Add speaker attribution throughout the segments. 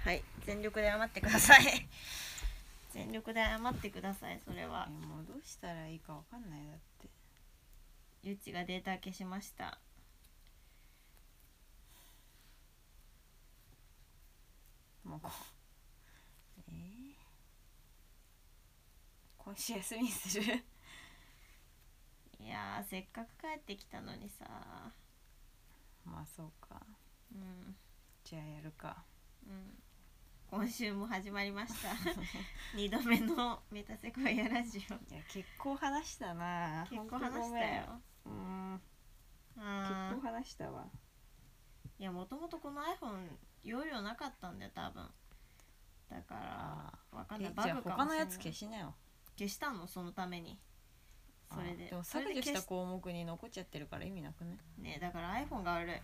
Speaker 1: はい全力で謝ってください全力で謝ってくださいそれは
Speaker 2: えもうどうしたらいいかわかんないだって
Speaker 1: ゆっちがデータ消しました
Speaker 2: もうこえー、今週休みに する
Speaker 1: いやーせっかく帰ってきたのにさ
Speaker 2: まあそうか
Speaker 1: うん
Speaker 2: じゃあやるか
Speaker 1: うん今週も始まりました 二度目のメタセコイアラジオ
Speaker 2: いや結構話したな
Speaker 1: 結構
Speaker 2: ほんと
Speaker 1: 話
Speaker 2: ご
Speaker 1: し
Speaker 2: めん
Speaker 1: たよ
Speaker 2: うーん
Speaker 1: あ
Speaker 2: 結構話したわ
Speaker 1: ーいやもともとこの iPhone 容量なかったんだよ多分だか
Speaker 2: あ
Speaker 1: らわか
Speaker 2: ー
Speaker 1: んない
Speaker 2: え
Speaker 1: バ
Speaker 2: じゃ
Speaker 1: グ
Speaker 2: あ
Speaker 1: かも
Speaker 2: 他の
Speaker 1: しれな
Speaker 2: や
Speaker 1: い
Speaker 2: つ消しなよ
Speaker 1: 消したのそのためにそれ
Speaker 2: あ
Speaker 1: で
Speaker 2: ーでも
Speaker 1: それ
Speaker 2: 削
Speaker 1: で
Speaker 2: 除し
Speaker 1: 消
Speaker 2: た
Speaker 1: し
Speaker 2: 項目に残っちゃってるから意味なくない
Speaker 1: ねだから iPhone が悪い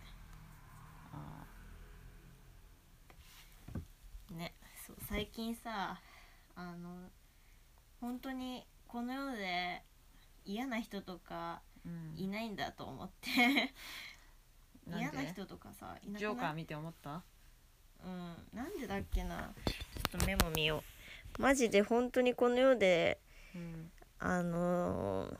Speaker 2: あ
Speaker 1: ねそう最近さあの本当にこの世で嫌な人とか
Speaker 2: ーうん
Speaker 1: いないんだと思って
Speaker 2: んで
Speaker 1: 嫌な人とかさいな
Speaker 2: ジョ
Speaker 1: く
Speaker 2: ーカ
Speaker 1: な
Speaker 2: ー
Speaker 1: い
Speaker 2: 見て思った
Speaker 1: うんなんでだっけなちょっとメモ見ようマジで本当にこの世で
Speaker 2: うん
Speaker 1: あのー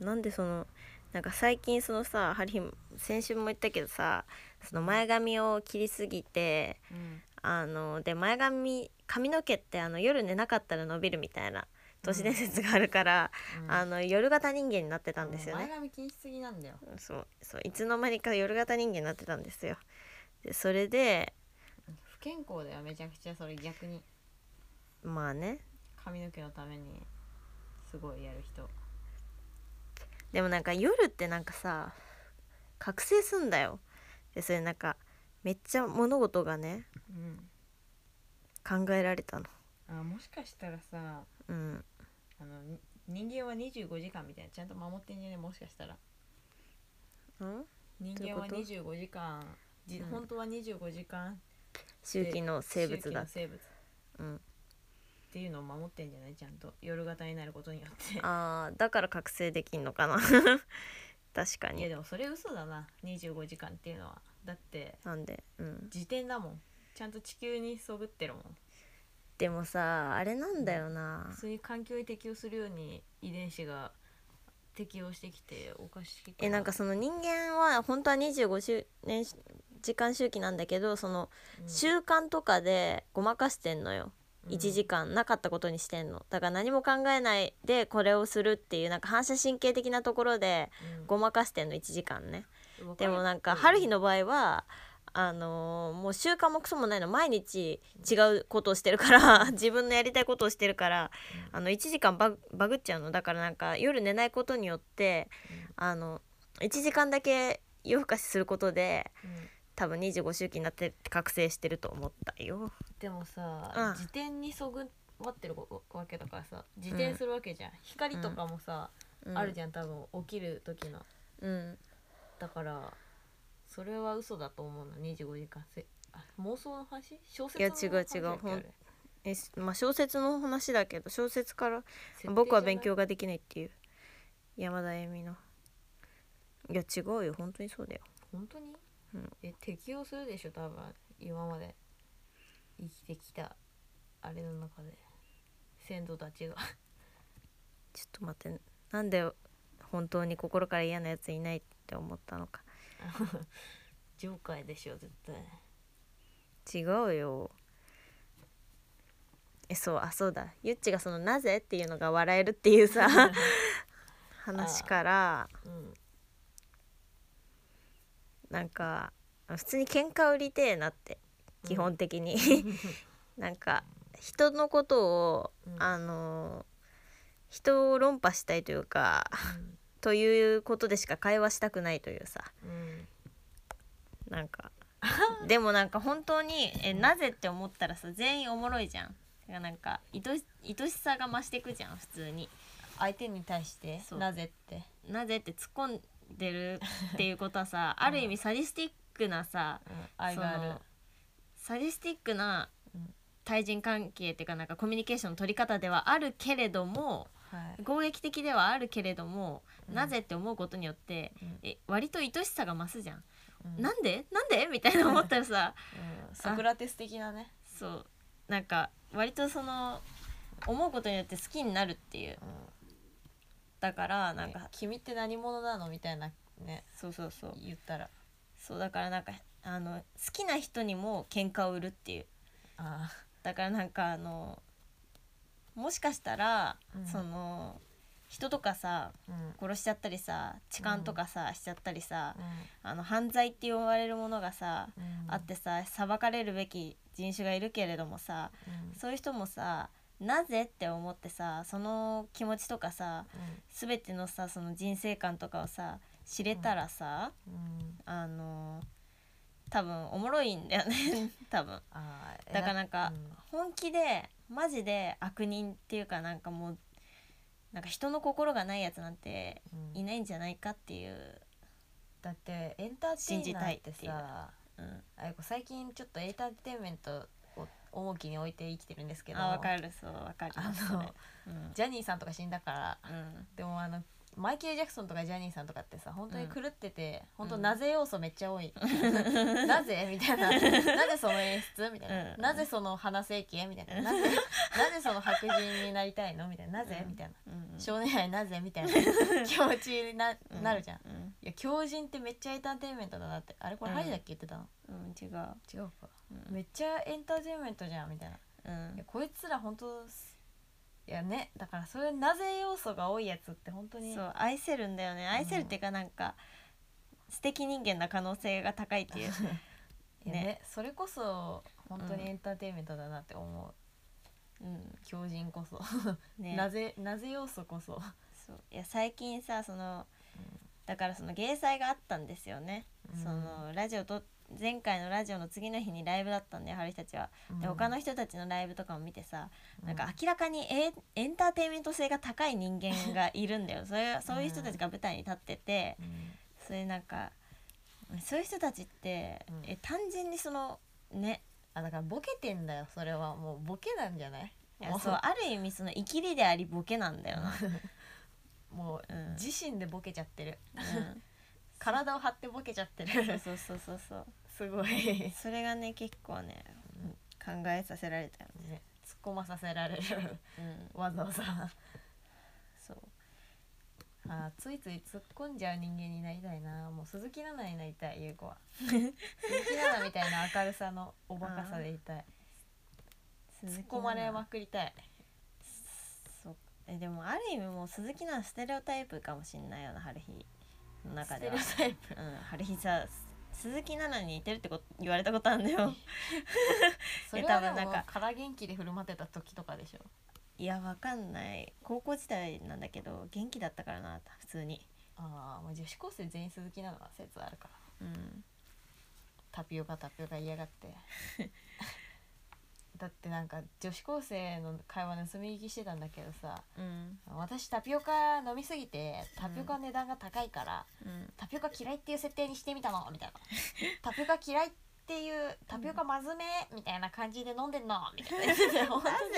Speaker 1: うんなんでそのなんか最近そのさハリー先週も言ったけどさその前髪を切りすぎて
Speaker 2: うん
Speaker 1: あので前髪髪の毛ってあの夜寝なかったら伸びるみたいな都市伝説があるから、あの夜型人間になってたんですよ
Speaker 2: 前
Speaker 1: ね。
Speaker 2: 髪気にしすぎなんだよ
Speaker 1: そうそういつの間にか夜型人間になってたんですよ。でそれで
Speaker 2: 不健康だよめちゃくちゃそれ逆に
Speaker 1: まあね
Speaker 2: 髪の毛のためにすごいやる人
Speaker 1: でもなんか夜ってなんかさ覚醒すんだよ。でそれなんかめっちゃ物事がね
Speaker 2: うん
Speaker 1: 考えられたの。
Speaker 2: あもしかしたらさ
Speaker 1: うん、
Speaker 2: あのに人間は25時間みたいなちゃんと守ってんじゃねもしかしたら
Speaker 1: うん
Speaker 2: 人
Speaker 1: どういう
Speaker 2: 間
Speaker 1: こ
Speaker 2: は
Speaker 1: と
Speaker 2: 25時間じ、
Speaker 1: うん
Speaker 2: 本当は25時間
Speaker 1: 周期の生物だ
Speaker 2: 周期の。生物っ
Speaker 1: うん、
Speaker 2: ていうのを守ってんじゃないちゃんと夜型になることによって
Speaker 1: あーだから覚醒できんのかな 確か
Speaker 2: いや
Speaker 1: に。
Speaker 2: でもそれ嘘だな25時間っていうのはだって
Speaker 1: なんで、うん、
Speaker 2: 時点だもんちゃんと地球にそぐってるもん
Speaker 1: でもさあれなんだよな
Speaker 2: そういう環境に適応するように遺伝子が適応してきておかしい
Speaker 1: えなんかその人間は本当は25周年時間周期なんだけどその習慣とかでごまかしてんのよ、1時
Speaker 2: 間
Speaker 1: 間なかったことにしてんのだから何も考えないでこれをするっていうなんか反射神経的なところでごまかしてんの1時間ねでもなんか春日の場合はあのーもう習慣もクソもないの毎日違うことをしてるから 自分のやりたいことをしてるからあの1時間バグバグっちゃうのだからなんか夜寝ないことによってあの1時間だけ夜更かしすることで多分25周期になって覚醒してると思ったよ。
Speaker 2: でもさ、
Speaker 1: うん
Speaker 2: 自転にそぐわってるわけだからさ自転するわけじゃん、光とかもさ、あるじゃん多分起きる時の
Speaker 1: ゃん、うん、
Speaker 2: だからそれは嘘だと思うの25時間せあ妄想の話小説の話
Speaker 1: いや違う違う
Speaker 2: だっけ
Speaker 1: ほん
Speaker 2: あれ
Speaker 1: えまあ、小説の話だけど小説から
Speaker 2: 設定じゃない
Speaker 1: 僕は勉強ができないっていう山田恵美のいや違うよ本当にそうだよ
Speaker 2: 本当に、
Speaker 1: うん
Speaker 2: え適応するでしょ多分今まで生きてきたあれの中で先祖たちが
Speaker 1: ちょっと待ってなんで本当に心から嫌なやついないって思ったのか
Speaker 2: 上界でしょ絶対
Speaker 1: 違うよえそうあそうだゆっちがその「なぜ?」っていうのが笑えるっていうさ 話から
Speaker 2: うん
Speaker 1: なんか普通に喧嘩売りてえなって基本的に、 なんか人のことを、
Speaker 2: うん
Speaker 1: あの人を論破したいというか
Speaker 2: うん
Speaker 1: ということでしか会話したくないというさ
Speaker 2: うん
Speaker 1: なんかでもなんか本当にえなぜって思ったらさ全員おもろいじゃんだからなんか愛し愛しさが増してくじゃん普通に
Speaker 2: 相手に対して
Speaker 1: そう
Speaker 2: なぜって
Speaker 1: なぜって突っ込んでるっていうことは さ、ある意味サディスティックなさ
Speaker 2: うん愛があ
Speaker 1: そ
Speaker 2: る
Speaker 1: のサディスティックな
Speaker 2: うん
Speaker 1: 対人関係っていうかなんかコミュニケーションの取り方ではあるけれども
Speaker 2: はい、
Speaker 1: 攻撃的ではあるけれども、
Speaker 2: うん
Speaker 1: なぜって思うことによって
Speaker 2: うん
Speaker 1: え割と愛しさが増すじゃん
Speaker 2: うん
Speaker 1: なんでなんでみたいな思ったらさ
Speaker 2: うんソクラテス的なね、
Speaker 1: そうなんか割とその思うことによって好きになるっていう
Speaker 2: う
Speaker 1: だから
Speaker 2: ん、
Speaker 1: なんか、
Speaker 2: ね君って何者なのみたいなね
Speaker 1: そうそうそう
Speaker 2: 言ったら
Speaker 1: そうだからなんかあの好きな人にも喧嘩を売るっていう
Speaker 2: あ
Speaker 1: だからなんかあのもしかしたら、
Speaker 2: うん
Speaker 1: その人とかさ
Speaker 2: ーうん
Speaker 1: 殺しちゃったりさ痴漢とかさ、しちゃったりさ
Speaker 2: う、ん
Speaker 1: あの犯罪って呼ばれるものがさ、
Speaker 2: うん
Speaker 1: あってさ裁かれるべき人種がいるけれどもさ
Speaker 2: うん
Speaker 1: そういう人もさなぜって思ってさその気持ちとかさ全てのさその人生観とかをさ知れたらさ、
Speaker 2: うんうん
Speaker 1: あの多分おもろいんだよ ね多分。
Speaker 2: あーえ
Speaker 1: だからなんか
Speaker 2: うん
Speaker 1: 本気でマジで悪人っていうかなんかもうなんか人の心がないやつなんて
Speaker 2: うん
Speaker 1: いないんじゃないかっていう、
Speaker 2: だってエンターテイナーって
Speaker 1: 信じたいっ
Speaker 2: さ
Speaker 1: うん、
Speaker 2: あやこ最近ちょっとエンターテインメントを重きに置いて生きてるんですけど
Speaker 1: あわかるそうわかる
Speaker 2: あの
Speaker 1: それうん
Speaker 2: ジャニーさんとか死んだから
Speaker 1: うん
Speaker 2: でもあのマイケル・ジャクソンとかジャニーさんとかってさ本当に狂ってて、本
Speaker 1: う
Speaker 2: 当
Speaker 1: ん
Speaker 2: なぜ要素めっちゃ 多い、なぜみたいななぜその演出みたいな、
Speaker 1: うん
Speaker 2: なぜその花整形みたいななぜなぜその白人になりたいのみたいななぜ
Speaker 1: うん
Speaker 2: みたいな
Speaker 1: うんうん
Speaker 2: 少年愛なぜ みたいな気持ちにな
Speaker 1: う
Speaker 2: なるじゃん。
Speaker 1: うん
Speaker 2: いや狂人ってめっちゃエンターテインメントだなってあれこれ
Speaker 1: うん
Speaker 2: ハリだっけ言ってたの、
Speaker 1: うん違う
Speaker 2: 違うか
Speaker 1: うん
Speaker 2: めっちゃエンターテインメントじゃんみたいな
Speaker 1: うん
Speaker 2: いやこいつら本当すいやねだからそういうなぜ要素が多いやつって本当に
Speaker 1: そう愛せるんだよね愛せるっていうかなんか、素敵人間な可能性が高いって いう、
Speaker 2: い
Speaker 1: ね
Speaker 2: やねそれこそ本当にエンターテインメントだなって思う、
Speaker 1: うん
Speaker 2: 狂人こそ、
Speaker 1: ね、
Speaker 2: なぜなぜ要素こそ、
Speaker 1: そういや最近さそのだからその芸祭があったんですよね、
Speaker 2: うん
Speaker 1: そのラジオと前回のラジオの次の日にライブだったんだよ春日たちは。で
Speaker 2: うん
Speaker 1: 他の人たちのライブとかも見てさ、
Speaker 2: うん
Speaker 1: なんか明らかにエエンターテインメント性が高い人間がいるんだよそういうそういう人たちが舞台に立ってて、
Speaker 2: うん
Speaker 1: それなんかそういう人たちって、
Speaker 2: うん
Speaker 1: え単純にそのね
Speaker 2: あだからボケてんだよそれはもうボケなんじゃない
Speaker 1: いや
Speaker 2: もう
Speaker 1: そうある意味その生きりでありボケなんだよな。
Speaker 2: もう、
Speaker 1: うん
Speaker 2: 自身でボケちゃってる
Speaker 1: うん、
Speaker 2: 体を張ってボケちゃって
Speaker 1: そう
Speaker 2: る
Speaker 1: そうそうそうそう
Speaker 2: すごい
Speaker 1: それがね結構ね考えさせられたよ
Speaker 2: ね、突っ込まさせられる
Speaker 1: ね。うん、
Speaker 2: わざわざ
Speaker 1: そう
Speaker 2: あーついつい突っ込んじゃう人間になりたいなもう鈴木奈々になりたい優子は鈴木奈々みたいな明るさのおバカさでい たい突っ込まれまくりたい
Speaker 1: そうえでもある意味もう鈴木奈々ステレオタイプかもしんないような春日の中
Speaker 2: ス
Speaker 1: では
Speaker 2: テレオ、タイプ
Speaker 1: うん、春日さす鈴木奈々に似てるってこと言われたことあるんだよ
Speaker 2: それはで
Speaker 1: 多分
Speaker 2: も
Speaker 1: なんか
Speaker 2: から元気で振る舞ってた時とかでしょ
Speaker 1: いやわかんない高校時代なんだけど元気だったからな普通に
Speaker 2: ああもう女子高生全員鈴木奈々は説あるから
Speaker 1: うん
Speaker 2: タピオカタピオカ言いやがって だってなんか女子高生の会話盗み聞きしてたんだけどさ
Speaker 1: うん
Speaker 2: 私タピオカ飲みすぎてタピオカの値段が高いから、
Speaker 1: うん
Speaker 2: タピオカ嫌いっていう設定にしてみたのみたいな タピオカ嫌いっていうタピオカまずめみたいな感じで飲んでんのみたいな本当にこ
Speaker 1: なぜ
Speaker 2: い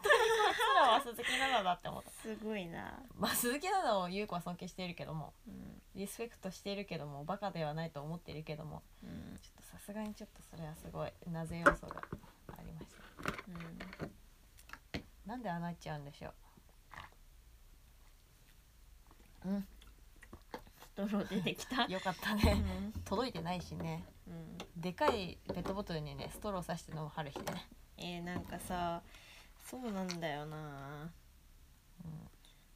Speaker 2: つらは鈴木奈々だって思っ た
Speaker 1: すごいな、
Speaker 2: まあ鈴木奈々を優子は尊敬しているけども
Speaker 1: うん
Speaker 2: リスペクトしているけどもバカではないと思っているけども
Speaker 1: うん
Speaker 2: ちょっとさすがにちょっとそれはすごいなぜ要素がありました
Speaker 1: うん、
Speaker 2: なんでああなっちゃうんでしょう
Speaker 1: 泥出てきた
Speaker 2: よかった
Speaker 1: う
Speaker 2: ね
Speaker 1: ん
Speaker 2: 届いてないしね
Speaker 1: うん
Speaker 2: でかいペットボトルにねストローさして飲む春日ね
Speaker 1: えー、なんかさそうなんだよな、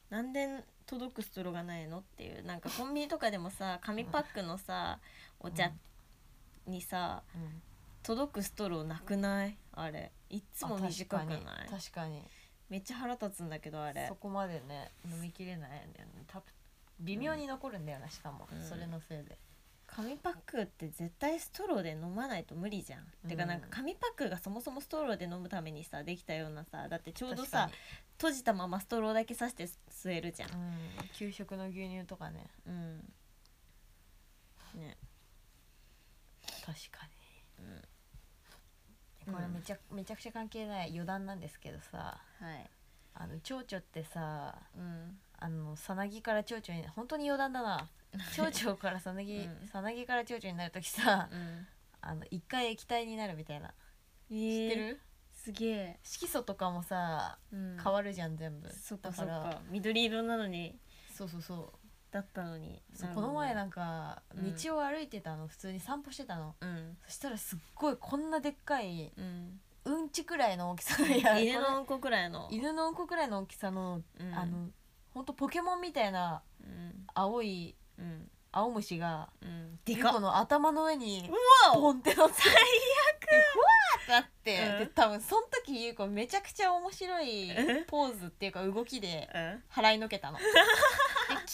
Speaker 1: なんで届くストローがないのっていうなんかコンビニとかでもさ紙パックのさお茶にさ
Speaker 2: うん
Speaker 1: 届くストローなくないあれいっつも
Speaker 2: あ
Speaker 1: 短くない
Speaker 2: 確かに確かに
Speaker 1: めっちゃ腹立つんだけどあれ
Speaker 2: そこまでね飲みきれないんだよね多分微妙に残るんだよな、しかも、
Speaker 1: うん
Speaker 2: それのせいで
Speaker 1: 紙パックって絶対ストローで飲まないと無理じゃん、てかなんか紙パックがそもそもストローで飲むためにさできたようなさだってちょうどさ閉じたままストローだけ刺して吸えるじゃん
Speaker 2: 確かに、うん、給食の牛乳とかね
Speaker 1: うんね
Speaker 2: 確かにこれめちゃ,、めちゃくちゃ関係ない余談なんですけどさ
Speaker 1: はい
Speaker 2: あの蝶々ってさ
Speaker 1: うん
Speaker 2: あのさなぎから蝶々に本当に余談だな蝶々からさなぎ、
Speaker 1: うん
Speaker 2: さなぎから蝶々になる時さ
Speaker 1: うん
Speaker 2: あの一回液体になるみたいな、
Speaker 1: え
Speaker 2: 知
Speaker 1: ー
Speaker 2: ってる
Speaker 1: すげえ、
Speaker 2: 色素とかもさ
Speaker 1: うん
Speaker 2: 変わるじゃん、全部
Speaker 1: そっ
Speaker 2: だ
Speaker 1: かそ
Speaker 2: か
Speaker 1: っ
Speaker 2: ら
Speaker 1: か緑色なのに
Speaker 2: そうそうそう
Speaker 1: だったのに
Speaker 2: そうこの前なんか
Speaker 1: うん
Speaker 2: 道を歩いてたの普通に散歩してたの、
Speaker 1: うん
Speaker 2: そしたらすっごいこんなでっかい
Speaker 1: うん
Speaker 2: うんちくらいの大きさのいや
Speaker 1: 犬
Speaker 2: こ
Speaker 1: のうんこくらいの
Speaker 2: れ犬のうんこくらいの大きさの、
Speaker 1: うん
Speaker 2: あのほんとポケモンみたいな
Speaker 1: うん
Speaker 2: 青い
Speaker 1: うん
Speaker 2: 青虫が
Speaker 1: うん
Speaker 2: リコの頭の上に
Speaker 1: わお
Speaker 2: ポンって乗って最悪ふわーってなって、
Speaker 1: うん
Speaker 2: で多分その時ゆうこめちゃくちゃ面白いポーズっていうか動きで
Speaker 1: うん
Speaker 2: 払いの けたの。でキヤーっ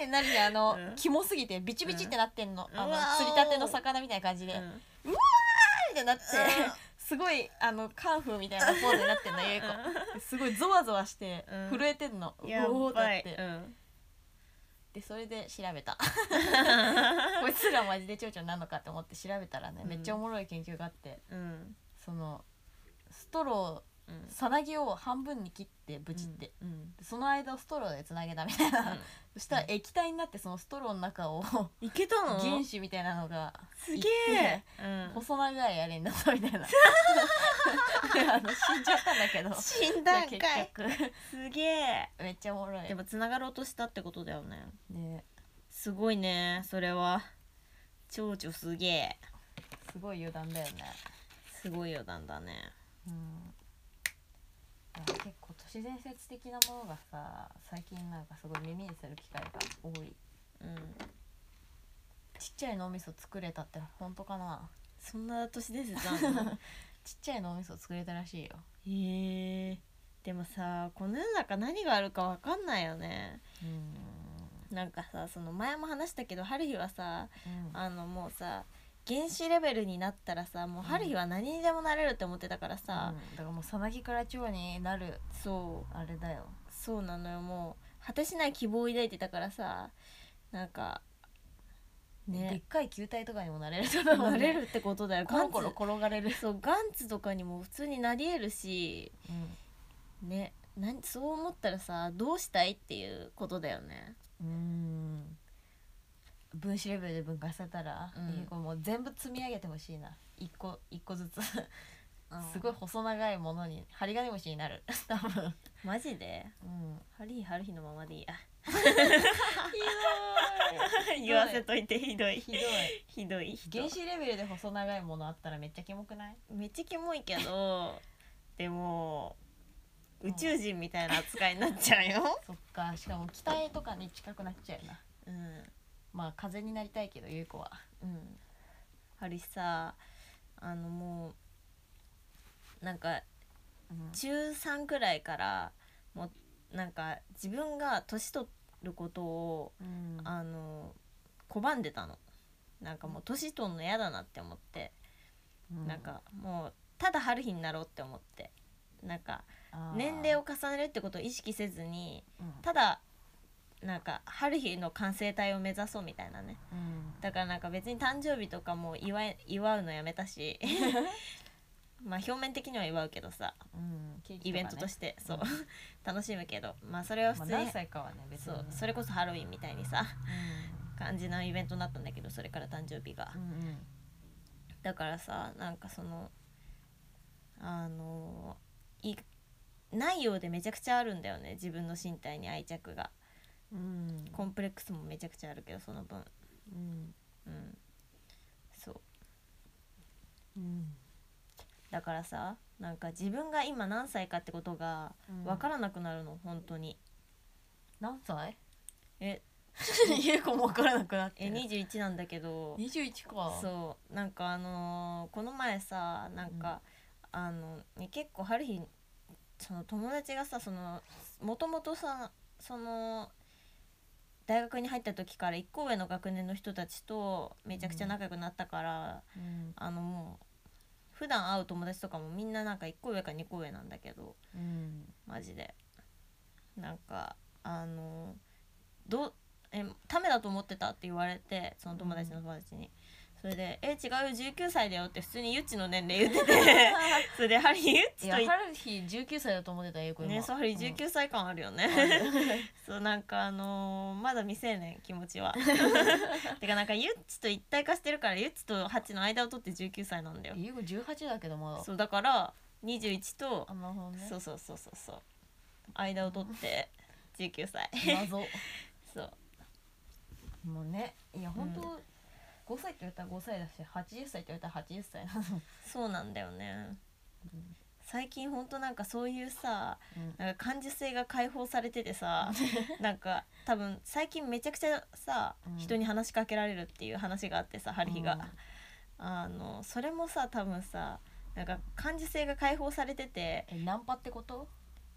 Speaker 2: てなるじゃんあの、
Speaker 1: うん
Speaker 2: キモすぎてビチビチってなってんの,、
Speaker 1: うん
Speaker 2: あ
Speaker 1: う
Speaker 2: の
Speaker 1: わー
Speaker 2: 釣りたての魚みたいな感じで、
Speaker 1: う
Speaker 2: キヤ
Speaker 1: ん
Speaker 2: ーってなって、すごいあのカンフーみたいなポーズになってんのゆうこすごいゾワゾワして
Speaker 1: うん
Speaker 2: 震えてんの、う
Speaker 1: や
Speaker 2: おーって
Speaker 1: ば
Speaker 2: なっ
Speaker 1: い
Speaker 2: て、
Speaker 1: うん
Speaker 2: でそれで調べた こいつらマジで蝶々なのかと思って調べたらね、
Speaker 1: うん
Speaker 2: めっちゃおもろい研究があって
Speaker 1: うん
Speaker 2: そのストロ
Speaker 1: う
Speaker 2: ー
Speaker 1: ん
Speaker 2: さなぎを半分に切ってブチって、
Speaker 1: うん
Speaker 2: でその間をストローでつなげたみたいな、 そしたら液体になってそのストローの中を
Speaker 1: いけたの
Speaker 2: 原子みたいなのが
Speaker 1: すげえ
Speaker 2: 行って細長いあれになったみたい なであの死んじゃったんだけど
Speaker 1: 診
Speaker 2: で結局
Speaker 1: すげえ
Speaker 2: めっちゃおもろい
Speaker 1: でも繋がろうとしたってことだよね
Speaker 2: ね
Speaker 1: すごいねそれは蝶々すげえ
Speaker 2: すごい余談だよね
Speaker 1: すごい余談だね
Speaker 2: うんいや結構都市伝説的なものがさ最近なんかすごい耳にする機会が多い
Speaker 1: うん
Speaker 2: ちっちゃい脳みそ作れたって本当かな
Speaker 1: そんな都市伝説あん の
Speaker 2: ちっちゃい脳みそ作れたらしいよ
Speaker 1: へえでもさこの世の中何があるかわかんないよね
Speaker 2: うん
Speaker 1: なんかさその前も話したけど春日はさ
Speaker 2: うん
Speaker 1: あのもうさ原子レベルになったらさもう春日は何にでもなれるって思ってたからさ、
Speaker 2: うんだからもうさなぎから蝶になる
Speaker 1: そう
Speaker 2: あれだよ
Speaker 1: そうなのよもう果てしない希望を抱いてたからさなんか
Speaker 2: でっ
Speaker 1: ね
Speaker 2: かい球体とかにもなれるな
Speaker 1: なれるってこと だよ
Speaker 2: コロ
Speaker 1: ガ
Speaker 2: コロ
Speaker 1: ンツ
Speaker 2: 転がれる、
Speaker 1: そうガンツとかにも普通になりえるしねなんそう思ったらさどうしたいっていうことだよね
Speaker 2: うん分子レベルで分解されたら、
Speaker 1: うん
Speaker 2: えこれもう全部積み上げてほしいな一個一個ずつ すご
Speaker 1: い
Speaker 2: い細長いものに針金虫になる 多分
Speaker 1: マジで
Speaker 2: うん
Speaker 1: ハリーハルヒのままでいいや
Speaker 2: ひどい
Speaker 1: 言わせといてひどい
Speaker 2: ひどい
Speaker 1: ひどい人
Speaker 2: 原子レベルで細長いものあったらめっちゃキモくない
Speaker 1: めっちゃキモいけどでも宇宙人みたいな扱いになっちゃう よ、
Speaker 2: そっかしかも機体とかに近くなっちゃうな
Speaker 1: うん
Speaker 2: まあ風になりたいけどゆう子は
Speaker 1: うん、ハリさあのもうなんか
Speaker 2: うん
Speaker 1: 中3くらいからもうなんか自分が年取ることを
Speaker 2: うん
Speaker 1: あの拒んでたのなんかもう年取るの嫌だなって思って、なんかもうただ春日になろうって思ってなんか年齢
Speaker 2: を、
Speaker 1: を重ねるってことを意識せずに
Speaker 2: うん
Speaker 1: ただなんか春日の完成体を目指そうみたいなね
Speaker 2: うん
Speaker 1: だからなんか別に誕生日とかもう祝い祝うのやめた しまあ表面的には祝うけどさ
Speaker 2: うんケーキとかね
Speaker 1: イベントとして、そう
Speaker 2: う
Speaker 1: 楽しむけどまあそれは普
Speaker 2: まあ、
Speaker 1: 通に、
Speaker 2: 何歳かはね別
Speaker 1: そ
Speaker 2: にね
Speaker 1: うそれこそハロウィンみたいにさ感じのイベントになったんだけどそれから誕生日が
Speaker 2: うんうん
Speaker 1: だからさなんかそのあのいないようでめちゃくちゃあるんだよね自分の身体に愛着が
Speaker 2: うん
Speaker 1: コンプレックスもめちゃくちゃあるけどその分
Speaker 2: うん
Speaker 1: うんそう
Speaker 2: うん
Speaker 1: だからさなんか自分が今何歳かってことが
Speaker 2: うん
Speaker 1: 分からなくなるの、本当に
Speaker 2: 何 歳
Speaker 1: え
Speaker 2: ゆう子も分からなくなっ
Speaker 1: え21なんだけど
Speaker 2: 二十一か
Speaker 1: そうなんかあのーこの前さなんか、あのね結構春日その友達がさそのもともとさその大学に入った時から1個上の学年の人たちとめちゃくちゃ仲良くなったから、
Speaker 2: うん
Speaker 1: あのもう普段会う友達とかもみんななんか1個上か2個上なんだけど、
Speaker 2: うん
Speaker 1: マジでなんかあのどうえ「ためだと思ってた」って言われてその友達の友達に、そそれで「え違うよ19歳だよ」って普通にゆっ ちの年齢言ってて それでハリーゆっ
Speaker 2: い
Speaker 1: ち
Speaker 2: や
Speaker 1: とい
Speaker 2: 春日19歳だと思ってた英語今
Speaker 1: ねそうハリー19歳感あるよね、 そうなんかあのーまだ未成年気持 ちはてかなんかゆっちと一体化してるからゆっちとハチの間を取って19歳なんだよ
Speaker 2: うん英語18だけどまだ
Speaker 1: そうだから21と
Speaker 2: あなるほどね
Speaker 1: そうそうそうそうそう間を取 って19歳
Speaker 2: 謎
Speaker 1: そう
Speaker 2: もうねいや
Speaker 1: ん
Speaker 2: 本当、5歳って言ったら5歳だし80歳って言ったら80歳なの、
Speaker 1: そうなんだよね最近ほんとなんかそういうさなんか感受性が解放されてて さなんか多分最近めちゃくちゃさ、
Speaker 2: うん
Speaker 1: 人に話しかけられるっていう話があってさ春日が、
Speaker 2: うん
Speaker 1: あのそれもさ多分さなんか感受性が解放されてて
Speaker 2: えナンパってこと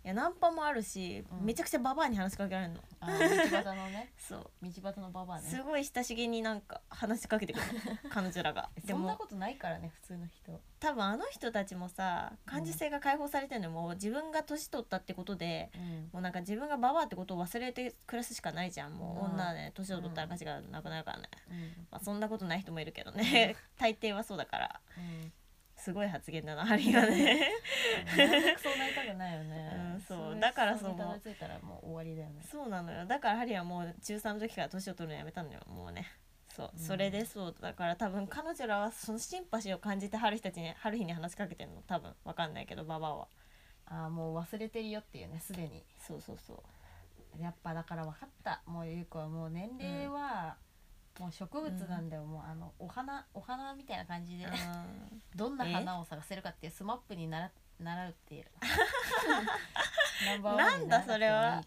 Speaker 1: いやナンパもあるし、
Speaker 2: うん
Speaker 1: めちゃくちゃババアに話しかけられるの
Speaker 2: あー道端のね
Speaker 1: そう
Speaker 2: 道端のババア
Speaker 1: す
Speaker 2: ね
Speaker 1: ごい親しげになんか話しかけてくるの彼女ら がで
Speaker 2: そんな
Speaker 1: も
Speaker 2: ことないからね普通の人
Speaker 1: 多分あの人たちもさ感受性が解放されてるのも自分が年取ったってことで、
Speaker 2: うん
Speaker 1: もうなんか自分がババアってことを忘れて暮らすしかないじゃんもう
Speaker 2: うん
Speaker 1: 女はね年を取ったら価値がなくなるからね、
Speaker 2: うん
Speaker 1: まあ、そんなことない人もいるけどね 大抵はそうだから
Speaker 2: うん
Speaker 1: すごい発言だなハリーはね
Speaker 2: 全くそうなりたくないよね、
Speaker 1: うんそう
Speaker 2: れ
Speaker 1: だからその
Speaker 2: れにたどり着いたらもう終わりだよね
Speaker 1: そうなのよだからハリーはもう中3の時から年を取るのやめたのよもうねそう
Speaker 2: うん
Speaker 1: それでそうだから多分彼女らはそのシンパシーを感じて春日たちに春日に話しかけてんの多分わかんないけどババアは
Speaker 2: ああもう忘れてるよっていうねすでに
Speaker 1: そうそうそう
Speaker 2: やっぱだから分かったもうゆう子はもう年齢は、もう植物なんだよ、もうあのお花お花みたいな感じで、
Speaker 1: うん
Speaker 2: どんな花を探せるかっていうスマップに習っ習うっていうナンバーワン に
Speaker 1: なんだそれは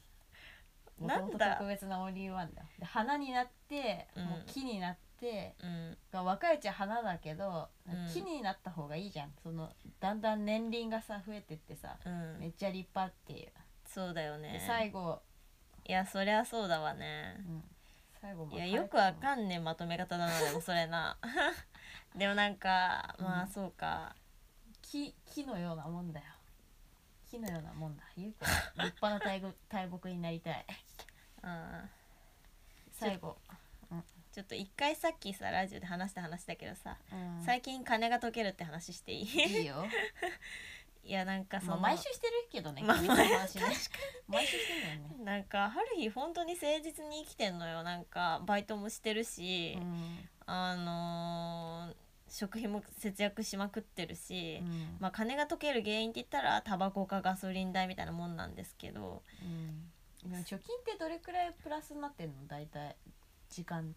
Speaker 2: な
Speaker 1: な
Speaker 2: らなくてもいい
Speaker 1: ん
Speaker 2: もとも
Speaker 1: だ
Speaker 2: と特別なオンリーワンだよで花になって、
Speaker 1: うん
Speaker 2: もう木になって
Speaker 1: うん
Speaker 2: が若いうちは花だけど、
Speaker 1: うん
Speaker 2: 木になった方がいいじゃんそのだんだん年輪がさ増えてってさ、
Speaker 1: う
Speaker 2: め
Speaker 1: ん
Speaker 2: っちゃ立派っていう、
Speaker 1: そうだよ
Speaker 2: で
Speaker 1: ね
Speaker 2: 最後、
Speaker 1: いやそりゃそうだわね
Speaker 2: うん、最後ま
Speaker 1: い
Speaker 2: あ
Speaker 1: や
Speaker 2: 枯れ
Speaker 1: よ
Speaker 2: て
Speaker 1: くわ
Speaker 2: も
Speaker 1: かんねえまとめ方だなでもそれな でもなんかま
Speaker 2: う
Speaker 1: あ
Speaker 2: ん
Speaker 1: そうか、
Speaker 2: 木木のようなもんだよ木のようなもんだゆう こは立派な大木大木になりたい
Speaker 1: うん、
Speaker 2: 最後、
Speaker 1: ちょっと一回さっきさラジオで話した話だけどさ、
Speaker 2: うん
Speaker 1: 最近金が溶けるって話していい
Speaker 2: いいよ
Speaker 1: いやなんかそ
Speaker 2: ま
Speaker 1: の、
Speaker 2: あ毎週してるけどね、
Speaker 1: まあ
Speaker 2: 君の話ね毎週してるよね
Speaker 1: なんか春日本当に誠実に生きてんのよなんかバイトもしてるし、あのー食費も節約しまくってるし、
Speaker 2: うんうん
Speaker 1: まあ金が溶ける原因って言ったらタバコかガソリン代みたいなもんなんですけど
Speaker 2: うんでも貯金ってどれくらいプラスになってんの大体時間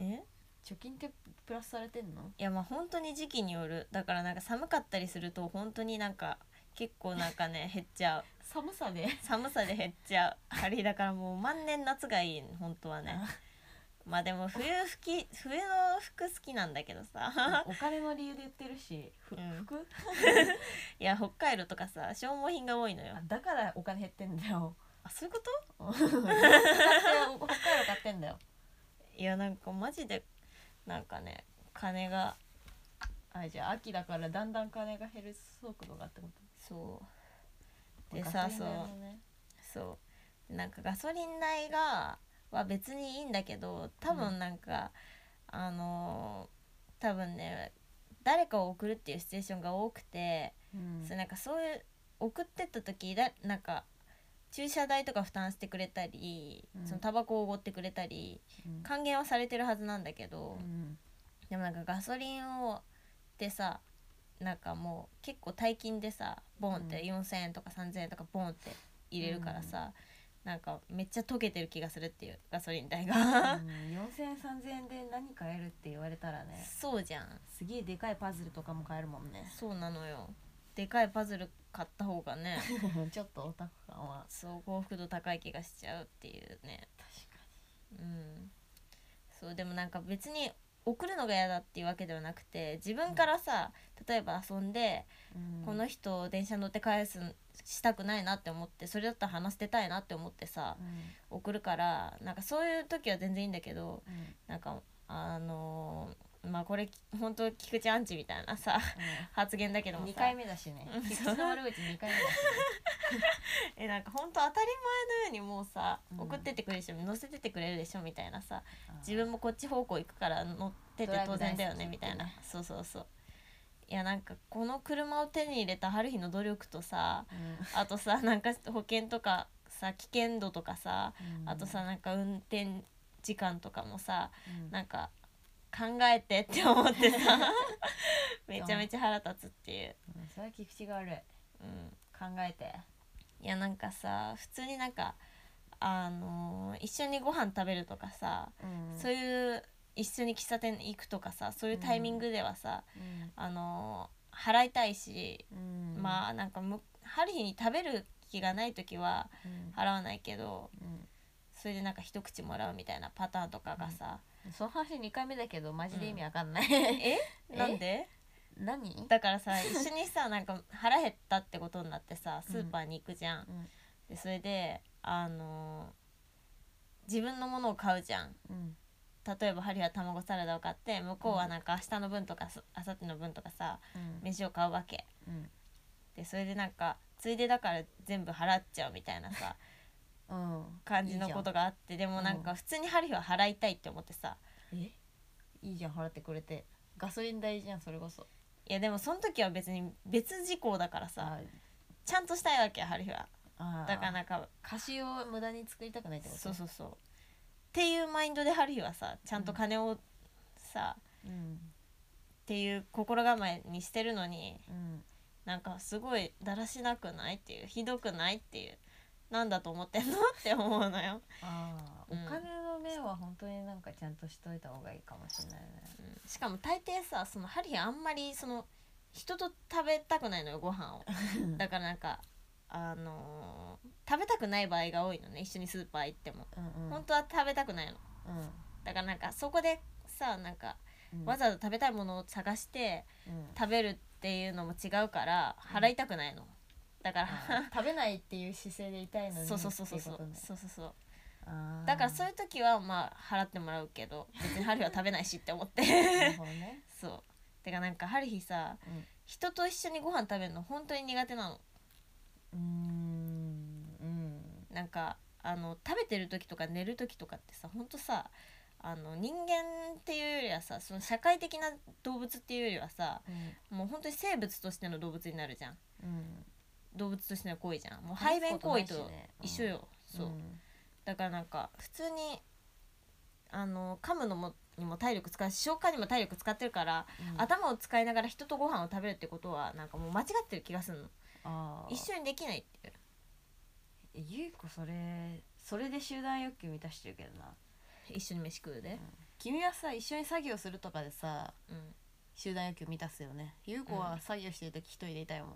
Speaker 1: え
Speaker 2: 貯金ってプラスされてんの
Speaker 1: いやまあ本当に時期によるだからなんか寒かったりすると本当になんか結構なんかね減っちゃう
Speaker 2: 寒さで
Speaker 1: 寒さで減っちゃうあれだからもう万年夏がいい本当はねまあでも冬吹き冬の服好きなんだけど さ
Speaker 2: お金の理由で言ってるし、ふ
Speaker 1: うん
Speaker 2: 服
Speaker 1: いや北海道とかさ消耗品が多いのよ
Speaker 2: あだからお金減ってんだ よ
Speaker 1: あそういうこ
Speaker 2: 北海道買ってんだよ
Speaker 1: といやなんかマジでなんかね金が
Speaker 2: あじゃあ秋だからだんだん金が減る速度がってこ
Speaker 1: そう
Speaker 2: と
Speaker 1: でさ
Speaker 2: ガソ
Speaker 1: そ
Speaker 2: リ
Speaker 1: う
Speaker 2: ン代もね
Speaker 1: そうなんかガソリン代がは別にいいんだけど多分なんか、あのー多分ね誰かを送るっていうシチュエーションが多くて、
Speaker 2: うん
Speaker 1: そうなんかそういう送ってった時だなんか駐車代とか負担してくれたり、
Speaker 2: うん
Speaker 1: そのタバコをおごってくれたり
Speaker 2: うん
Speaker 1: 還元はされてるはずなんだけど、
Speaker 2: うん
Speaker 1: でもなんかガソリンをってさなんかもう結構大金でさボンって4,000円とか3,000円とかボンって入れるからさ、なんかめっちゃ溶けてる気がするっていうガソリン代
Speaker 2: うん
Speaker 1: が、
Speaker 2: 4000円3000円で何買えるって言われたらね
Speaker 1: そうじゃん
Speaker 2: すげえでかいパズルとかも買えるもん ね
Speaker 1: そうなのよでかいパズル買った方がね
Speaker 2: ちょっとオタク感は
Speaker 1: そう幸福度高い気がしちゃうっていうねうんそうでもなんか別に送るのが嫌だっていうわけではなくて自分からさ、例えば遊んで
Speaker 2: 確かに、うん
Speaker 1: この人を電車に乗って返すんしたくないなって思ってそれだったら話してたいなって思ってさ
Speaker 2: う
Speaker 1: 送るからなんかそういう時は全然いいんだけど
Speaker 2: んうんうん
Speaker 1: なんかあのーまあこれ本当菊池 アンチみたいなさ発言だけども
Speaker 2: 二
Speaker 1: さ
Speaker 2: 回目だしね
Speaker 1: うん
Speaker 2: 菊池の悪口二回目だしね
Speaker 1: えなんか本当当たり前のようにもうさ、
Speaker 2: うん
Speaker 1: 送ってってくれるでしょ乗せてってくれるでしょみたいなさ自分もこっち方向行くから乗ってて当然だよねみたいな、
Speaker 2: ドライブ大好き
Speaker 1: そうそうそういやなんかこの車を手に入れた春日の努力とさあとさなんか保険とかさ危険度とかさあとさ、なんか運転時間とかもさ
Speaker 2: うん
Speaker 1: なんか考えてって思って さめちゃめちゃ腹立つっていう、
Speaker 2: うんそれは聞く口が悪い
Speaker 1: うん、
Speaker 2: 考えて
Speaker 1: いやなんかさ普通になんかあのー一緒にご飯食べるとかさ、そういう一緒に喫茶店行くとかさそういうタイミングではさ、あのー払いたいし、
Speaker 2: うん
Speaker 1: まあなんかむ春日に食べる気がない時は
Speaker 2: うん
Speaker 1: 払わないけど
Speaker 2: うん
Speaker 1: それでなんか一口もらうみたいなパターンとかがさ、
Speaker 2: その話2回目だけどマジで意味わかんない、
Speaker 1: え
Speaker 2: え
Speaker 1: なんで
Speaker 2: 何、うん
Speaker 1: だ からさ一緒にさなんか腹減ったってことになってさスーパーに行くじゃん、でそれであのー自分のものを買うじゃん
Speaker 2: うん
Speaker 1: 例えばハリは卵サラダを買って向こうはなんか明日の分とかさ明後日の分とかさ
Speaker 2: うん
Speaker 1: 飯を買うわけ
Speaker 2: うん
Speaker 1: でそれでなんかついでだから全部払っちゃうみたいな さ
Speaker 2: うん
Speaker 1: 感じのことがあってでもなんか普通にハリは払いたいって思ってさ
Speaker 2: えいいじゃん払ってくれてガソリン代じゃんそれこそ
Speaker 1: いやでもその時は別に別事項だからさ
Speaker 2: あ
Speaker 1: ちゃんとしたいわけハリは
Speaker 2: あ
Speaker 1: だからなんか
Speaker 2: 歌詞を無駄に作りたくないってこと
Speaker 1: そうそうそうっていうマインドでハリーはさちゃんと金をさ、っ
Speaker 2: うん
Speaker 1: ていう心構えにしてるのに
Speaker 2: うん
Speaker 1: なんかすごいだらしなくないっていうひどくないっていうなんだと思ってんのって思うのよ、
Speaker 2: ああ、
Speaker 1: うん
Speaker 2: お金の面は本当になんかちゃんとしといた方がいいかもしれないね
Speaker 1: うんしかも大抵さそのハリーあんまりその人と食べたくないのよご 飯をだからなんかあのー食べたくない場合が多いのね一緒にスーパー行っても
Speaker 2: うんうん
Speaker 1: 本当は食べたくないの
Speaker 2: うん
Speaker 1: だからなんかそこでさなんか
Speaker 2: うん
Speaker 1: わざわざ食べたいものを探して
Speaker 2: うん
Speaker 1: 食べるっていうのも違うから
Speaker 2: うん
Speaker 1: 払いたくないの、だから
Speaker 2: あ ー食べないっていう姿勢でいたいのに
Speaker 1: そうそうそうそうそう
Speaker 2: っていことね
Speaker 1: そうそうそう
Speaker 2: あー
Speaker 1: だからそういう時はまあ払ってもらうけど別にハリーは食べないしって思って
Speaker 2: なるほどね、
Speaker 1: そうてかなんかハリーさ
Speaker 2: うん
Speaker 1: 人と一緒にご飯食べるの本当に苦手なの
Speaker 2: うーんうん
Speaker 1: なんかあの食べてる時とか寝る時とかってさほんとさあの人間っていうよりはさその社会的な動物っていうよりはさ
Speaker 2: うん
Speaker 1: もう本当に生物としての動物になるじゃん
Speaker 2: うん
Speaker 1: 動物としての行為じゃんもう排便行為と一緒よ、そう、
Speaker 2: うん
Speaker 1: だからなんか普通にあの噛むのもにも体力使うし消化にも体力使ってるから、
Speaker 2: うん
Speaker 1: 頭を使いながら人とご飯を食べるってことはなんかもう間違ってる気がするの
Speaker 2: あー
Speaker 1: 一緒にできないっていう
Speaker 2: えゆうこそれそれで集団欲求満たしてるけどな
Speaker 1: 一緒に飯食うで、
Speaker 2: 君はさ一緒に作業するとかでさ
Speaker 1: うん
Speaker 2: 集団欲求満たすよねゆうこは作業してる時一人でいたいもん、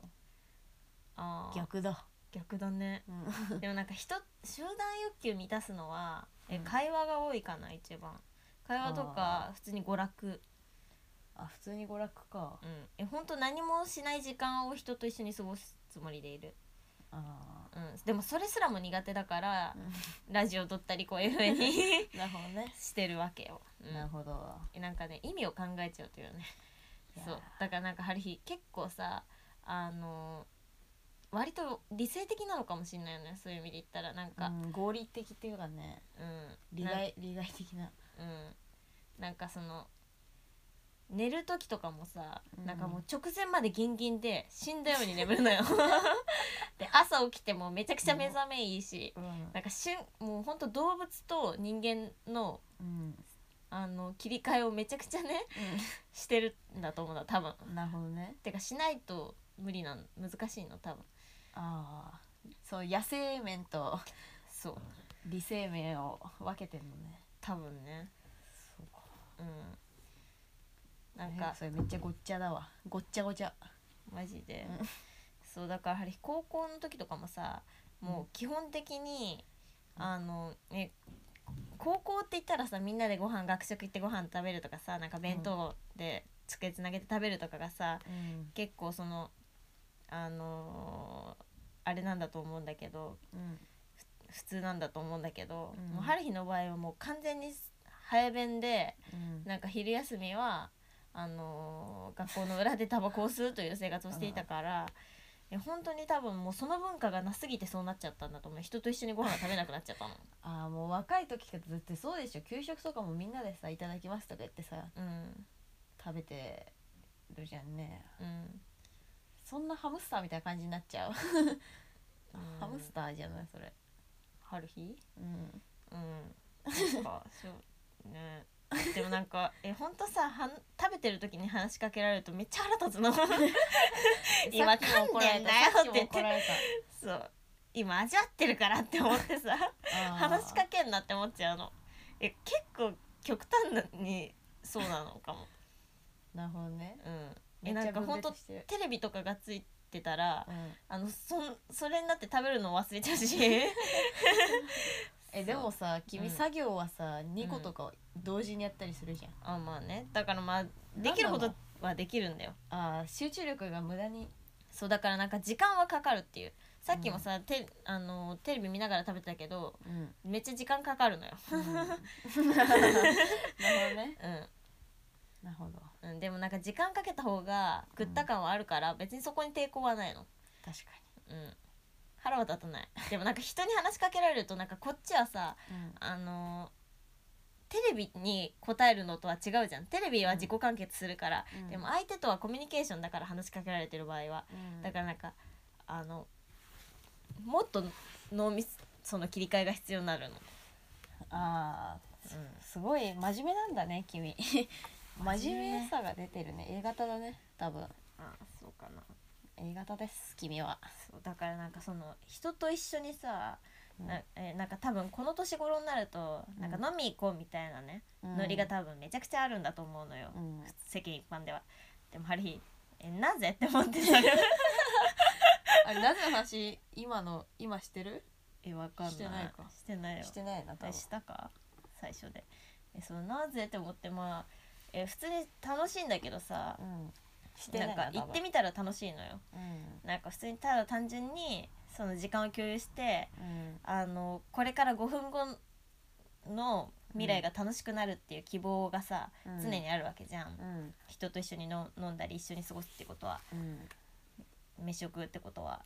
Speaker 1: あー
Speaker 2: 逆だ、
Speaker 1: 逆だ ね
Speaker 2: うん、
Speaker 1: でもなんか人集団欲求満たすのは、え
Speaker 2: うん
Speaker 1: 会話が多いかな一番会話とか普通に娯楽
Speaker 2: あ普通に娯楽か
Speaker 1: うんえ本当何もしない時間を人と一緒に過ごすつもりでいる
Speaker 2: あ
Speaker 1: うん、でもそれすらも苦手だから
Speaker 2: あ、
Speaker 1: ラジオ撮ったりこういう風に
Speaker 2: なるほどね、
Speaker 1: してるわけよ、うん
Speaker 2: なるほど
Speaker 1: えなんかね意味を考えちゃうというね
Speaker 2: いやー
Speaker 1: そうだからなんか春日結構さあのー割と理性的なのかもしれないよねそういう意味で言ったらなん
Speaker 2: う
Speaker 1: か、
Speaker 2: ん、合理的っていうかね
Speaker 1: うん
Speaker 2: 利
Speaker 1: なん
Speaker 2: 害利害的な
Speaker 1: うん、なんかその寝る時とかもさ、
Speaker 2: うん
Speaker 1: なんかもう直前までギンギンで死んだように眠るの よで朝起きてもめちゃくちゃ目覚めいいし、
Speaker 2: うん、
Speaker 1: なんかしゅんもうほんと動物と人間の
Speaker 2: うん
Speaker 1: あの切り替えをめちゃくちゃねしてるんだと思うの多分
Speaker 2: なるほどね
Speaker 1: てかしないと無理なの難しいの多分
Speaker 2: ああそう野生面と
Speaker 1: そう
Speaker 2: 理性面を分けてんのね
Speaker 1: 多分ね
Speaker 2: そうか
Speaker 1: うんな
Speaker 2: なんん
Speaker 1: か
Speaker 2: かそれめっちゃごっちゃだわごっちゃごちゃ
Speaker 1: マジで、
Speaker 2: うん
Speaker 1: そうだからやはり高校の時とかもさもう基本的に、
Speaker 2: うん
Speaker 1: あのね高校って言ったらさみんなでご飯学食行ってご飯食べるとかさなんか弁当で机つなげて食べるとかがさ、
Speaker 2: うん
Speaker 1: 結構そのあのーあれなんだと思うんだけど
Speaker 2: うん
Speaker 1: 普通なんだと思うんだけど、
Speaker 2: うん
Speaker 1: もう春日の場合はもう完全に早弁で
Speaker 2: うん
Speaker 1: なんか昼休みはあのー学校の裏でタバコを吸うという生活をしていたからいや本当に多分もうその文化がなすぎてそうなっちゃったんだと思う人と一緒にご飯が食べなくなっちゃったの
Speaker 2: ああもう若い時からだってそうでしょ給食とかもみんなでさ「いただきます」とか言ってさ
Speaker 1: うん
Speaker 2: 食べてるじゃんね
Speaker 1: うん
Speaker 2: そんなハムスターみたいな感じになっちゃう、ハムスターじゃないそれ
Speaker 1: 春日
Speaker 2: うん
Speaker 1: うんなんか そうねでもなんか え本当さはん食べてる時に話しかけられるとめっちゃ腹立つ の今
Speaker 2: さっきも怒られた
Speaker 1: 噛ん
Speaker 2: さ
Speaker 1: で
Speaker 2: っ
Speaker 1: ん
Speaker 2: き
Speaker 1: だ
Speaker 2: も
Speaker 1: よって
Speaker 2: 怒られ
Speaker 1: そう今味わってるからって思ってさ
Speaker 2: た
Speaker 1: 話しか
Speaker 2: け
Speaker 1: けんなって思っちゃうのえ結構極端なにそうなのかも
Speaker 2: なるほどね
Speaker 1: うんえなんか
Speaker 2: めっちゃ
Speaker 1: 本
Speaker 2: 分
Speaker 1: 当
Speaker 2: 別してる
Speaker 1: テレビとかがついてたら
Speaker 2: うん
Speaker 1: あのそんそれになって食べるの忘れちゃうし
Speaker 2: えでもさ
Speaker 1: う
Speaker 2: 君
Speaker 1: ん
Speaker 2: 作業はさ、2個とか同時にやったりするじゃん、
Speaker 1: あまあねだからまあできることはできるんだよ
Speaker 2: あー集中力が無駄に
Speaker 1: そうだからなんか時間はかかるっていうさっきもさ、てあのテレビ見ながら食べてたけど
Speaker 2: うん、
Speaker 1: めっちゃ時間かかるのよ、
Speaker 2: なるほどね
Speaker 1: う
Speaker 2: なるほど
Speaker 1: んうん、でもなんか時間かけた方が食った感はあるから、別にそこに抵抗はないの
Speaker 2: 確か
Speaker 1: うん腹は立たないでもなんか人に話しかけられるとなんかこっちはさ
Speaker 2: に、
Speaker 1: あのテレビに答えるのとは違うじゃんテレビは自己完結するから、
Speaker 2: うん
Speaker 1: でも相手とはコミュニケーションだから話しかけられてる場合は
Speaker 2: うん
Speaker 1: だからなんかあのもっと脳みその切り替えが必要になるの、
Speaker 2: あーすごい 真面目なんだね君真面目さが出てるね A 型だね多分
Speaker 1: あそうかな
Speaker 2: A 型です君は、
Speaker 1: そうだからなんかその人と一緒にさ、
Speaker 2: うん
Speaker 1: なえーなんか多分この年頃になると
Speaker 2: うん
Speaker 1: なんか飲み行こうみたいなね、ノリが多分めちゃくちゃあるんだと思うのよ、
Speaker 2: うん
Speaker 1: 世間一般ではでもハリーえなぜって思ってたから
Speaker 2: あれなぜの話今の今してる
Speaker 1: えわかんない
Speaker 2: してないか
Speaker 1: してないよ
Speaker 2: してないな多
Speaker 1: え
Speaker 2: 分
Speaker 1: したか最初でえそうなぜって思ってまあえ普通に楽しいんだけどさ、
Speaker 2: うんしてな
Speaker 1: ないんか行ってみたら楽しいのよ
Speaker 2: うん
Speaker 1: なんか普通にただ単純にその時間を共有して
Speaker 2: うん
Speaker 1: あのこれから5分後の未来が楽しくなるっていう希望がさ、
Speaker 2: うん
Speaker 1: 常にあるわけじゃん、
Speaker 2: うん
Speaker 1: 人と一緒にの飲んだり一緒に過ごすってことは
Speaker 2: うん
Speaker 1: 飯食うってことは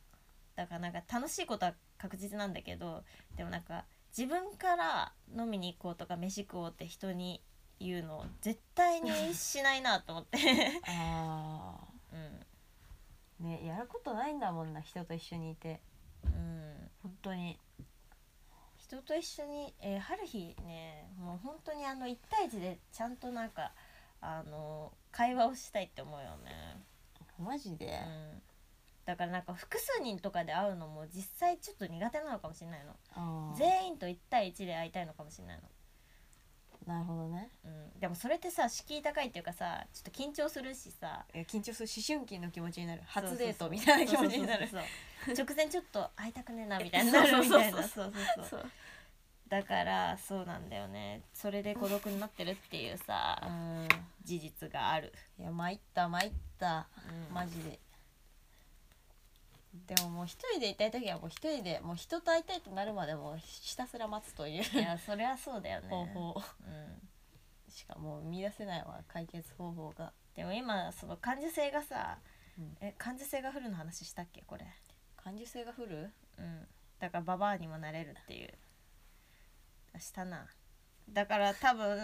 Speaker 1: だからなんか楽しいことは確実なんだけどでもなんか自分から飲みに行こうとか飯食おうって人に言うの絶対 にしないなと思って、
Speaker 2: あ
Speaker 1: うん
Speaker 2: ーねやることないんだもんな人と一緒にいて
Speaker 1: うん、
Speaker 2: 本当に
Speaker 1: 人と一緒に、えー、春日ねもう本当にあの一対一でちゃんとなんかあの会話をしたいって思うよね、
Speaker 2: マジで
Speaker 1: う、ん、だからなんか複数人とかで会うのも実際ちょっと苦手なのかもしれないの
Speaker 2: あー
Speaker 1: 全員と一対一で会いたいのかもしれないの
Speaker 2: なるほどね
Speaker 1: うん、でもそれってさ敷居高いっていうかさちょっと緊張するしさ
Speaker 2: いや緊張する思春期の気持ちになる
Speaker 1: そう
Speaker 2: 初
Speaker 1: そうそう
Speaker 2: デートみたいな気持ちになる
Speaker 1: そうそうそう直前ちょっと会いたくねえなみたいになるみたいなそうそうそう
Speaker 2: う
Speaker 1: だからそうなんだよねそれで孤独になってるっていうさ
Speaker 2: ん
Speaker 1: 事実がある、
Speaker 2: いや参った参った
Speaker 1: うん
Speaker 2: マジででももう一人でいたい時はもう一人でもう人と会いたいとなるまでもうひたすら待つという
Speaker 1: いやそりゃそうだよね
Speaker 2: 方法
Speaker 1: うん、
Speaker 2: しかもう見出せないわ解決方法が
Speaker 1: でも今その感受性がさ、
Speaker 2: うん
Speaker 1: え感受性がフルの話したっけこれ、
Speaker 2: 感受性が降る
Speaker 1: うん、だからババアにもなれるっていうしたなだから多分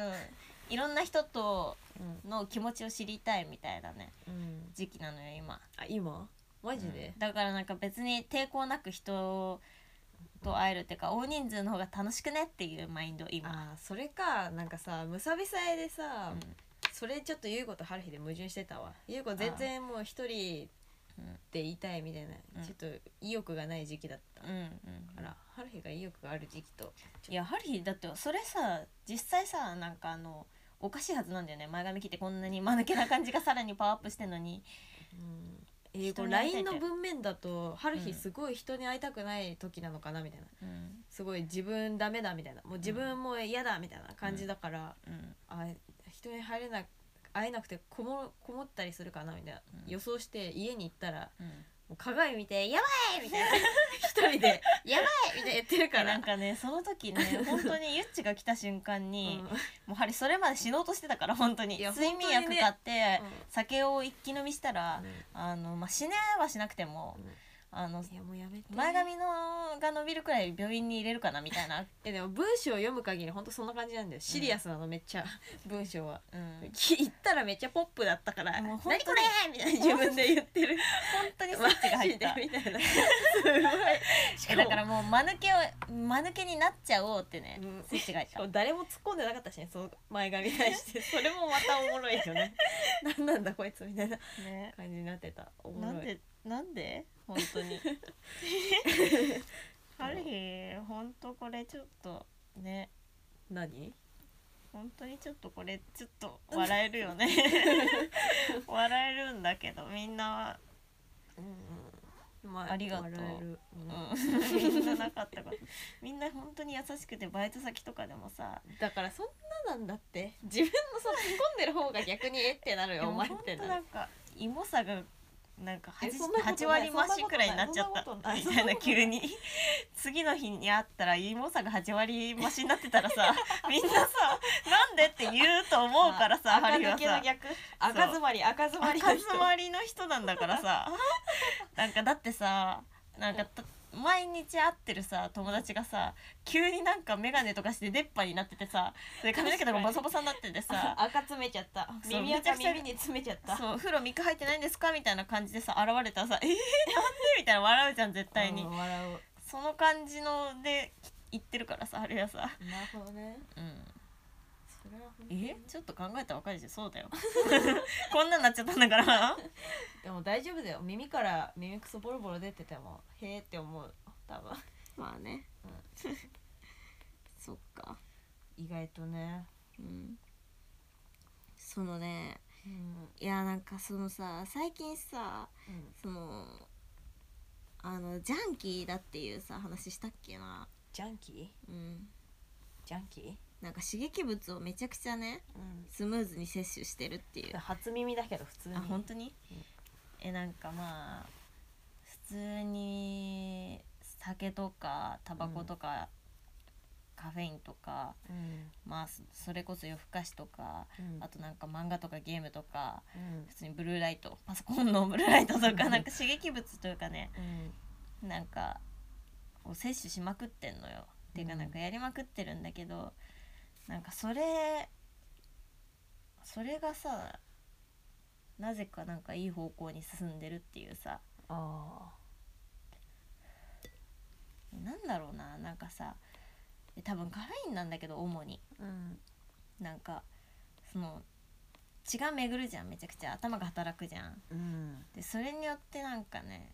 Speaker 1: いろんな人と
Speaker 2: うん、
Speaker 1: の気持ちを知りたいみたいなね
Speaker 2: うん、
Speaker 1: 時期なのよ今
Speaker 2: あ今マジで
Speaker 1: うん、だからなんか別に抵抗なく人と会えるっていうか大人数の方が楽しくねっていうマインド今、
Speaker 2: あーそれかなんかさむさび祭で
Speaker 1: う
Speaker 2: さ、
Speaker 1: ん
Speaker 2: それちょっと優子と春日で矛盾してたわ優子全然もう一人でいたいみたいな、
Speaker 1: うん
Speaker 2: ちょっと意欲がない時期だった
Speaker 1: うんうん、
Speaker 2: から、春日が意欲がある時期と
Speaker 1: いやハリーだってそれさ実際さなんかあのおかしいはずなんだよね前髪切ってこんなに間抜けな感じがさらにパワーアップしてんのに
Speaker 2: 英語
Speaker 1: 人に会いたい
Speaker 2: LINE
Speaker 1: んだよ
Speaker 2: の文面だと春
Speaker 1: う
Speaker 2: 日
Speaker 1: ん
Speaker 2: すごい人に会いたくない時なのかなみたいな
Speaker 1: うん
Speaker 2: すごい自分ダメだみたいなもう自分もう嫌だみたいな感じだから、
Speaker 1: うん
Speaker 2: あ人に入れな会えなくてこもこもったりするかなみたいな、
Speaker 1: うん
Speaker 2: 予想して家に行ったら
Speaker 1: うん
Speaker 2: もう鏡見て「やばい!」みたいな 一人で「やばい!」みたいな言ってるから
Speaker 1: なんかねその時 ね本当にゆっちが来た瞬間に、
Speaker 2: うん
Speaker 1: もうハリそれまで死のうとしてたから本当に
Speaker 2: いや
Speaker 1: 睡眠薬買って、
Speaker 2: 本当にねうん
Speaker 1: 酒を一気飲みしたら
Speaker 2: うん、
Speaker 1: あのまあ、死ねはしなくても、
Speaker 2: うん
Speaker 1: あの
Speaker 2: いやもうやめて
Speaker 1: 前髪のが伸びるくらい病院に入れるかなみたいな、
Speaker 2: えでも文章を読む限り本当そんな感じなんだよシリアスなのめっ ちゃ、文章は
Speaker 1: うん、
Speaker 2: 言ったらめっちゃポップだったから「
Speaker 1: もう 本
Speaker 2: 何
Speaker 1: 当
Speaker 2: こ
Speaker 1: に
Speaker 2: れ!」みたいな 自分で言ってる
Speaker 1: 本当にスイ
Speaker 2: マ
Speaker 1: ッチが入
Speaker 2: ジ
Speaker 1: っ
Speaker 2: で
Speaker 1: た
Speaker 2: みたいな
Speaker 1: しかも
Speaker 2: だ
Speaker 1: だ
Speaker 2: か
Speaker 1: かららもう間抜けを間抜けになっちゃおうってね、
Speaker 2: うん
Speaker 1: スイッチが入っ
Speaker 2: しか
Speaker 1: た
Speaker 2: も誰も突っ込んでなかったしねその前髪に対 してそれもまたおもろいよ ねなんなんだこいつみたいな
Speaker 1: ね
Speaker 2: 感じになってたおも
Speaker 1: な
Speaker 2: ろい
Speaker 1: んでなんで本当 にある日本当これちょっとね
Speaker 2: 何
Speaker 1: 本当にちょっとこれちょっと笑える よね笑えるんだけどみんな、
Speaker 2: ま
Speaker 1: ありがとう
Speaker 2: 笑えるうん
Speaker 1: うん、みんななかったからみんな本当に優しくてバイト先とかでもさ
Speaker 2: だからそんななんだって自分のその突っ込んでる方が逆にえって なるよお前って
Speaker 1: な
Speaker 2: な
Speaker 1: な
Speaker 2: る
Speaker 1: んかイモさがなんか
Speaker 2: え
Speaker 1: 8,
Speaker 2: そんなことない
Speaker 1: 8割増しくらいになっちゃった
Speaker 2: そんなことない
Speaker 1: みたいな急に次の日に会ったらイモさが8割増しになってたら さみんなさなんでって言うと思うからさ
Speaker 2: あ
Speaker 1: ハリーは
Speaker 2: 赤抜けの
Speaker 1: さ
Speaker 2: 逆赤詰まり赤詰まり
Speaker 1: 赤詰まりの人なんだからさなんかだってさなんかた毎日会ってるさ友達がさ急になんか眼鏡とかして出っ歯になっててさで髪の毛とかボサボサになっててさ
Speaker 2: あ赤詰めちゃった
Speaker 1: そう
Speaker 2: 耳
Speaker 1: めちゃ
Speaker 2: 赤
Speaker 1: くちゃ
Speaker 2: 耳に詰めちゃった
Speaker 1: そう「風呂3日入ってないんですか?」みたいな感じでさ現れたら さ「えー、なんで?」みたいな笑うじゃん絶対に、
Speaker 2: うん笑う
Speaker 1: その感じので言ってるからさあれはさ、
Speaker 2: なるほどね
Speaker 1: うん、
Speaker 2: それは本当に
Speaker 1: えちょっと考えたら分かるじゃんそうだよ こんなんなっちゃったんだから
Speaker 2: でも大丈夫だよ耳から耳くそボロボロ出ててもへえって思う多分
Speaker 1: まあね、そっか
Speaker 2: 意外とね
Speaker 1: うんそのね
Speaker 2: うん
Speaker 1: いやなんかそのさ最近さ
Speaker 2: うん
Speaker 1: そのあのジャンキーだっていうさ話したっけな
Speaker 2: ジャンキー
Speaker 1: うん
Speaker 2: ジャンキー
Speaker 1: なんか刺激物をめちゃくちゃね
Speaker 2: うん
Speaker 1: スムーズに摂取してるっていう
Speaker 2: 初耳だけど普通に
Speaker 1: あ本当に、えなんかまあ普通に酒とかタバコとか、カフェインとか
Speaker 2: うん
Speaker 1: まあそそれこそ夜更かしとか、
Speaker 2: うん
Speaker 1: あとなんか漫画とかゲームとか
Speaker 2: うん
Speaker 1: 普通にブルーライトパソコンのブルーライトと
Speaker 2: う
Speaker 1: か
Speaker 2: ん
Speaker 1: なんか刺激物というかね
Speaker 2: うん
Speaker 1: なんかを摂取しまくってんのよ。っていうか
Speaker 2: うん
Speaker 1: なんかやりまくってるんだけど、なんかそれそれがさなぜかなんかいい方向に進んでるっていうさ
Speaker 2: あ
Speaker 1: なんだろうななんかさえ多分カフェインなんだけど主に
Speaker 2: ーうん
Speaker 1: なんかその血が巡るじゃんめちゃくちゃ頭が働くじゃん。
Speaker 2: うん
Speaker 1: でそれによってなんかね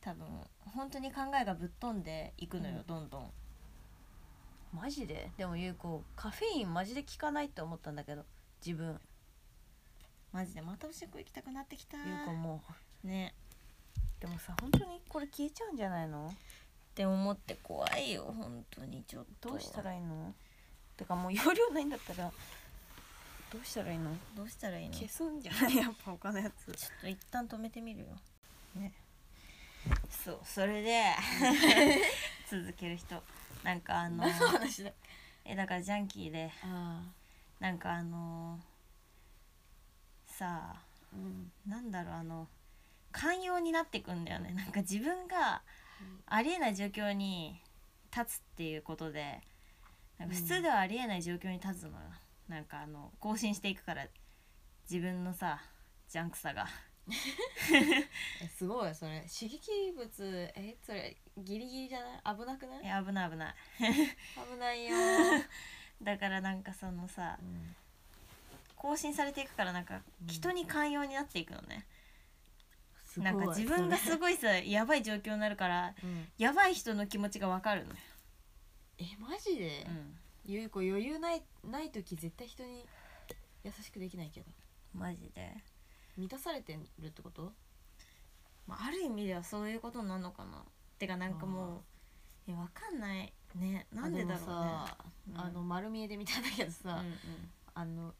Speaker 1: 多分本当に考えがぶっ飛んでいくのよ、
Speaker 2: うん
Speaker 1: どんどん。
Speaker 2: マジででもゆうこカフェインマジで効かないって思ったんだけど自分
Speaker 1: マジでまたおしっこ行きたくなってきた
Speaker 2: ゆうこも
Speaker 1: ね
Speaker 2: でもさ本当にこれ消えちゃうんじゃないの
Speaker 1: って思って怖いよ本当にちょっと
Speaker 2: どうしたらいいのてかもう容量ないんだったらどうしたらいいの
Speaker 1: どうしたらいいのちょ
Speaker 2: 消すんじゃない やっぱ他のやつ
Speaker 1: っと一旦止めてみるよ
Speaker 2: ね
Speaker 1: そうそれで 続ける人なんかあ の
Speaker 2: 話だ
Speaker 1: えだからジャンキーで
Speaker 2: あ
Speaker 1: なんかあのさあ
Speaker 2: あうん
Speaker 1: なんだろうあの寛容になっていくんだよねなんか自分が
Speaker 2: うん
Speaker 1: ありえない状況に立つっていうことでなんか普
Speaker 2: う
Speaker 1: 通
Speaker 2: ん
Speaker 1: ではありえない状況に立つのよ、なんかあの更新していくから自分のさジャンクさが
Speaker 2: えすごいそれ刺激物えそれギリギリじゃない危なくない
Speaker 1: え危ない危ない
Speaker 2: 危ないよ、
Speaker 1: だからなんかそのさ
Speaker 2: うん
Speaker 1: 更新されていくからなんか
Speaker 2: うん
Speaker 1: 人に寛容になっていくのね、
Speaker 2: すご
Speaker 1: な
Speaker 2: い
Speaker 1: んか自分がすごいさやばい状況になるから
Speaker 2: それうん
Speaker 1: やばい人の気持ちがわかるのよ、
Speaker 2: えマジで、
Speaker 1: うん、
Speaker 2: ゆいこ余裕ないない時絶対人に優しくできないけど
Speaker 1: マジで、
Speaker 2: 満たされてるってこと
Speaker 1: まあ、ある意味ではそういうことなのかなてかなんかもうえわかんないねなんでだろうね
Speaker 2: あもさ、
Speaker 1: うん
Speaker 2: あの丸見えで見たんだけどさ、
Speaker 1: うん
Speaker 2: あの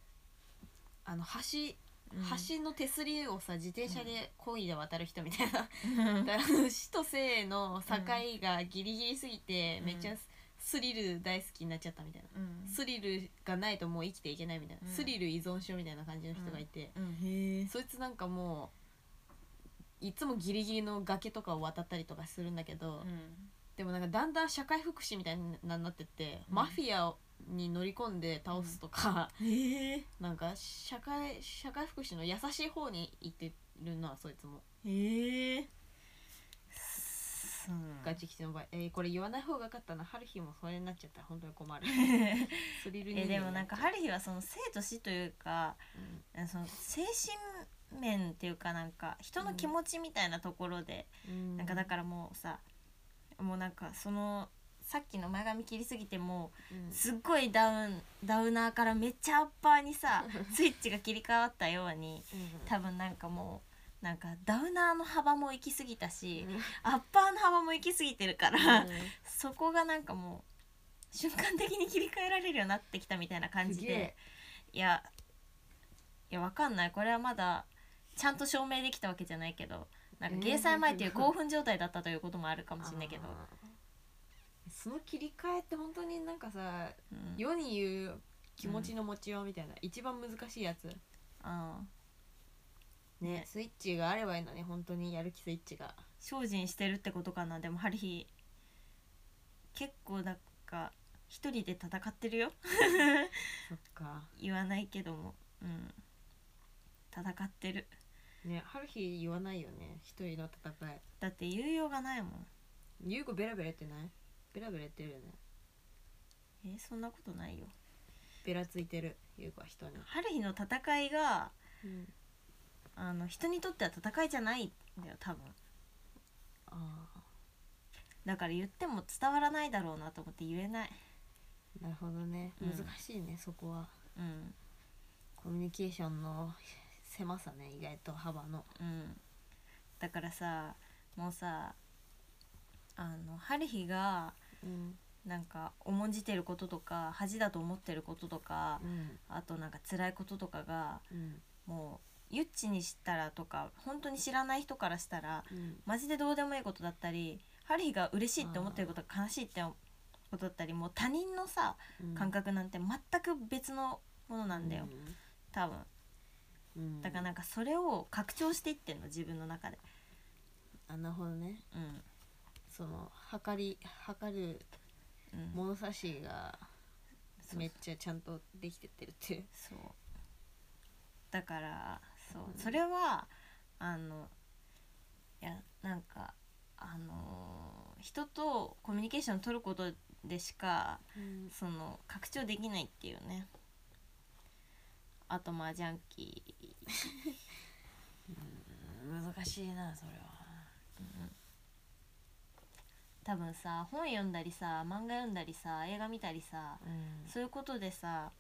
Speaker 2: あの橋
Speaker 1: うんうん
Speaker 2: 橋の手すりをさ自転車で漕いで渡る人みたいな、
Speaker 1: うん
Speaker 2: だ から死と生の境がギリギリすぎて、
Speaker 1: うん
Speaker 2: めっちゃスリル大好きになっちゃったみたいな、
Speaker 1: うん
Speaker 2: スリルがないともう生きていけないみたいな、
Speaker 1: うん
Speaker 2: スリル依存症みたいな感じの人がいて、
Speaker 1: うんへえ
Speaker 2: そいつなんかもういつもギリギリの崖とかを渡ったりとかするんだけど、でもなんかだんだん社会福祉みたいになってって、
Speaker 1: うん
Speaker 2: マフィアに乗り込んで倒すとか、
Speaker 1: ええ
Speaker 2: なんか社会社会福祉の優しい方に行ってるなそいつも、
Speaker 1: ええ
Speaker 2: ガチ吉の場合、えーこれ言わない方がよかったな春日もそれになっちゃったら本当に 困る スリル
Speaker 1: え
Speaker 2: 人間に
Speaker 1: でもなん
Speaker 2: っち
Speaker 1: か
Speaker 2: ゃう
Speaker 1: 春日はその生と死というか
Speaker 2: うん
Speaker 1: その精神面っていうかなんか人の気持ちみたいなところで、なんかだからもうさもうなんかそのさっきの前髪切りすぎても
Speaker 2: ら、うん
Speaker 1: うすっごいダウンダウナーからめっちゃアッパーに さスイッチが切り替わったように多分なんかもうなんかダウナーの幅も行き過ぎたし、アッパーの幅も行き過ぎてるから、そこがなんかもう瞬間的に切り替えられるようになってきたみたいな 感じ
Speaker 2: すげ
Speaker 1: でいやいやわかんないこれはまだちゃんと証明できたわけじゃないけどなんか芸祭前っていう興奮状態だったということもあるかもしれないけど、
Speaker 2: あーその切り替えって本当になんかさ
Speaker 1: うん、
Speaker 2: 世に言う気持ちの持ちようみたいな、一番難しいやつ
Speaker 1: あーね
Speaker 2: スイッチがあればいいのに本当にやる気スイッチが
Speaker 1: 精進してるってことかなでもハリヒ結構なんか一人で戦ってるよ
Speaker 2: そっか
Speaker 1: 言わないけどもうん戦ってる
Speaker 2: ね春日言わないよね一人の戦い
Speaker 1: だって言うようがないもん
Speaker 2: 優子ベラベラ言ってないベラベラ言ってるよね
Speaker 1: えーそんなことないよ
Speaker 2: ベラついてる優子は人に、
Speaker 1: 春日の戦いが
Speaker 2: うん、
Speaker 1: あの人にとっては戦いじゃないんだよ多分
Speaker 2: ああ
Speaker 1: だから言っても伝わらないだろうなと思って言えない
Speaker 2: なるほどね
Speaker 1: うん
Speaker 2: 難しいね、そこは
Speaker 1: うん
Speaker 2: コミュニケーションの狭さね意外と幅の
Speaker 1: うんだからさもうさあの春日が
Speaker 2: うん
Speaker 1: なんか重んじてることとか恥だと思ってることとか
Speaker 2: うん
Speaker 1: あとなんか辛いこととかが
Speaker 2: うん
Speaker 1: もうユッチにしたらとか本当に知らない人からしたら
Speaker 2: うん
Speaker 1: マジでどうでもいいことだったりハリーが嬉しいって思ってることが悲しいってことだったりもう他人のさ
Speaker 2: うん
Speaker 1: 感覚なんて全く別のものなんだよ、多分
Speaker 2: うん、うん
Speaker 1: だからなんかそれを拡張していってんの自分の中で
Speaker 2: あなるほどね
Speaker 1: うん
Speaker 2: その測り測る
Speaker 1: うん
Speaker 2: 物差しが
Speaker 1: そう
Speaker 2: めっちゃちゃんとできてってるっていう
Speaker 1: そうだからそう、
Speaker 2: うん
Speaker 1: それはあのいやなんかあのー人とコミュニケーションを取ることでしかその拡張できないっていうねあとまあジャンキー
Speaker 2: 難しいなそれは
Speaker 1: 多分さ本読んだりさ漫画読んだりさ映画見たりさ
Speaker 2: うん
Speaker 1: そういうことでさ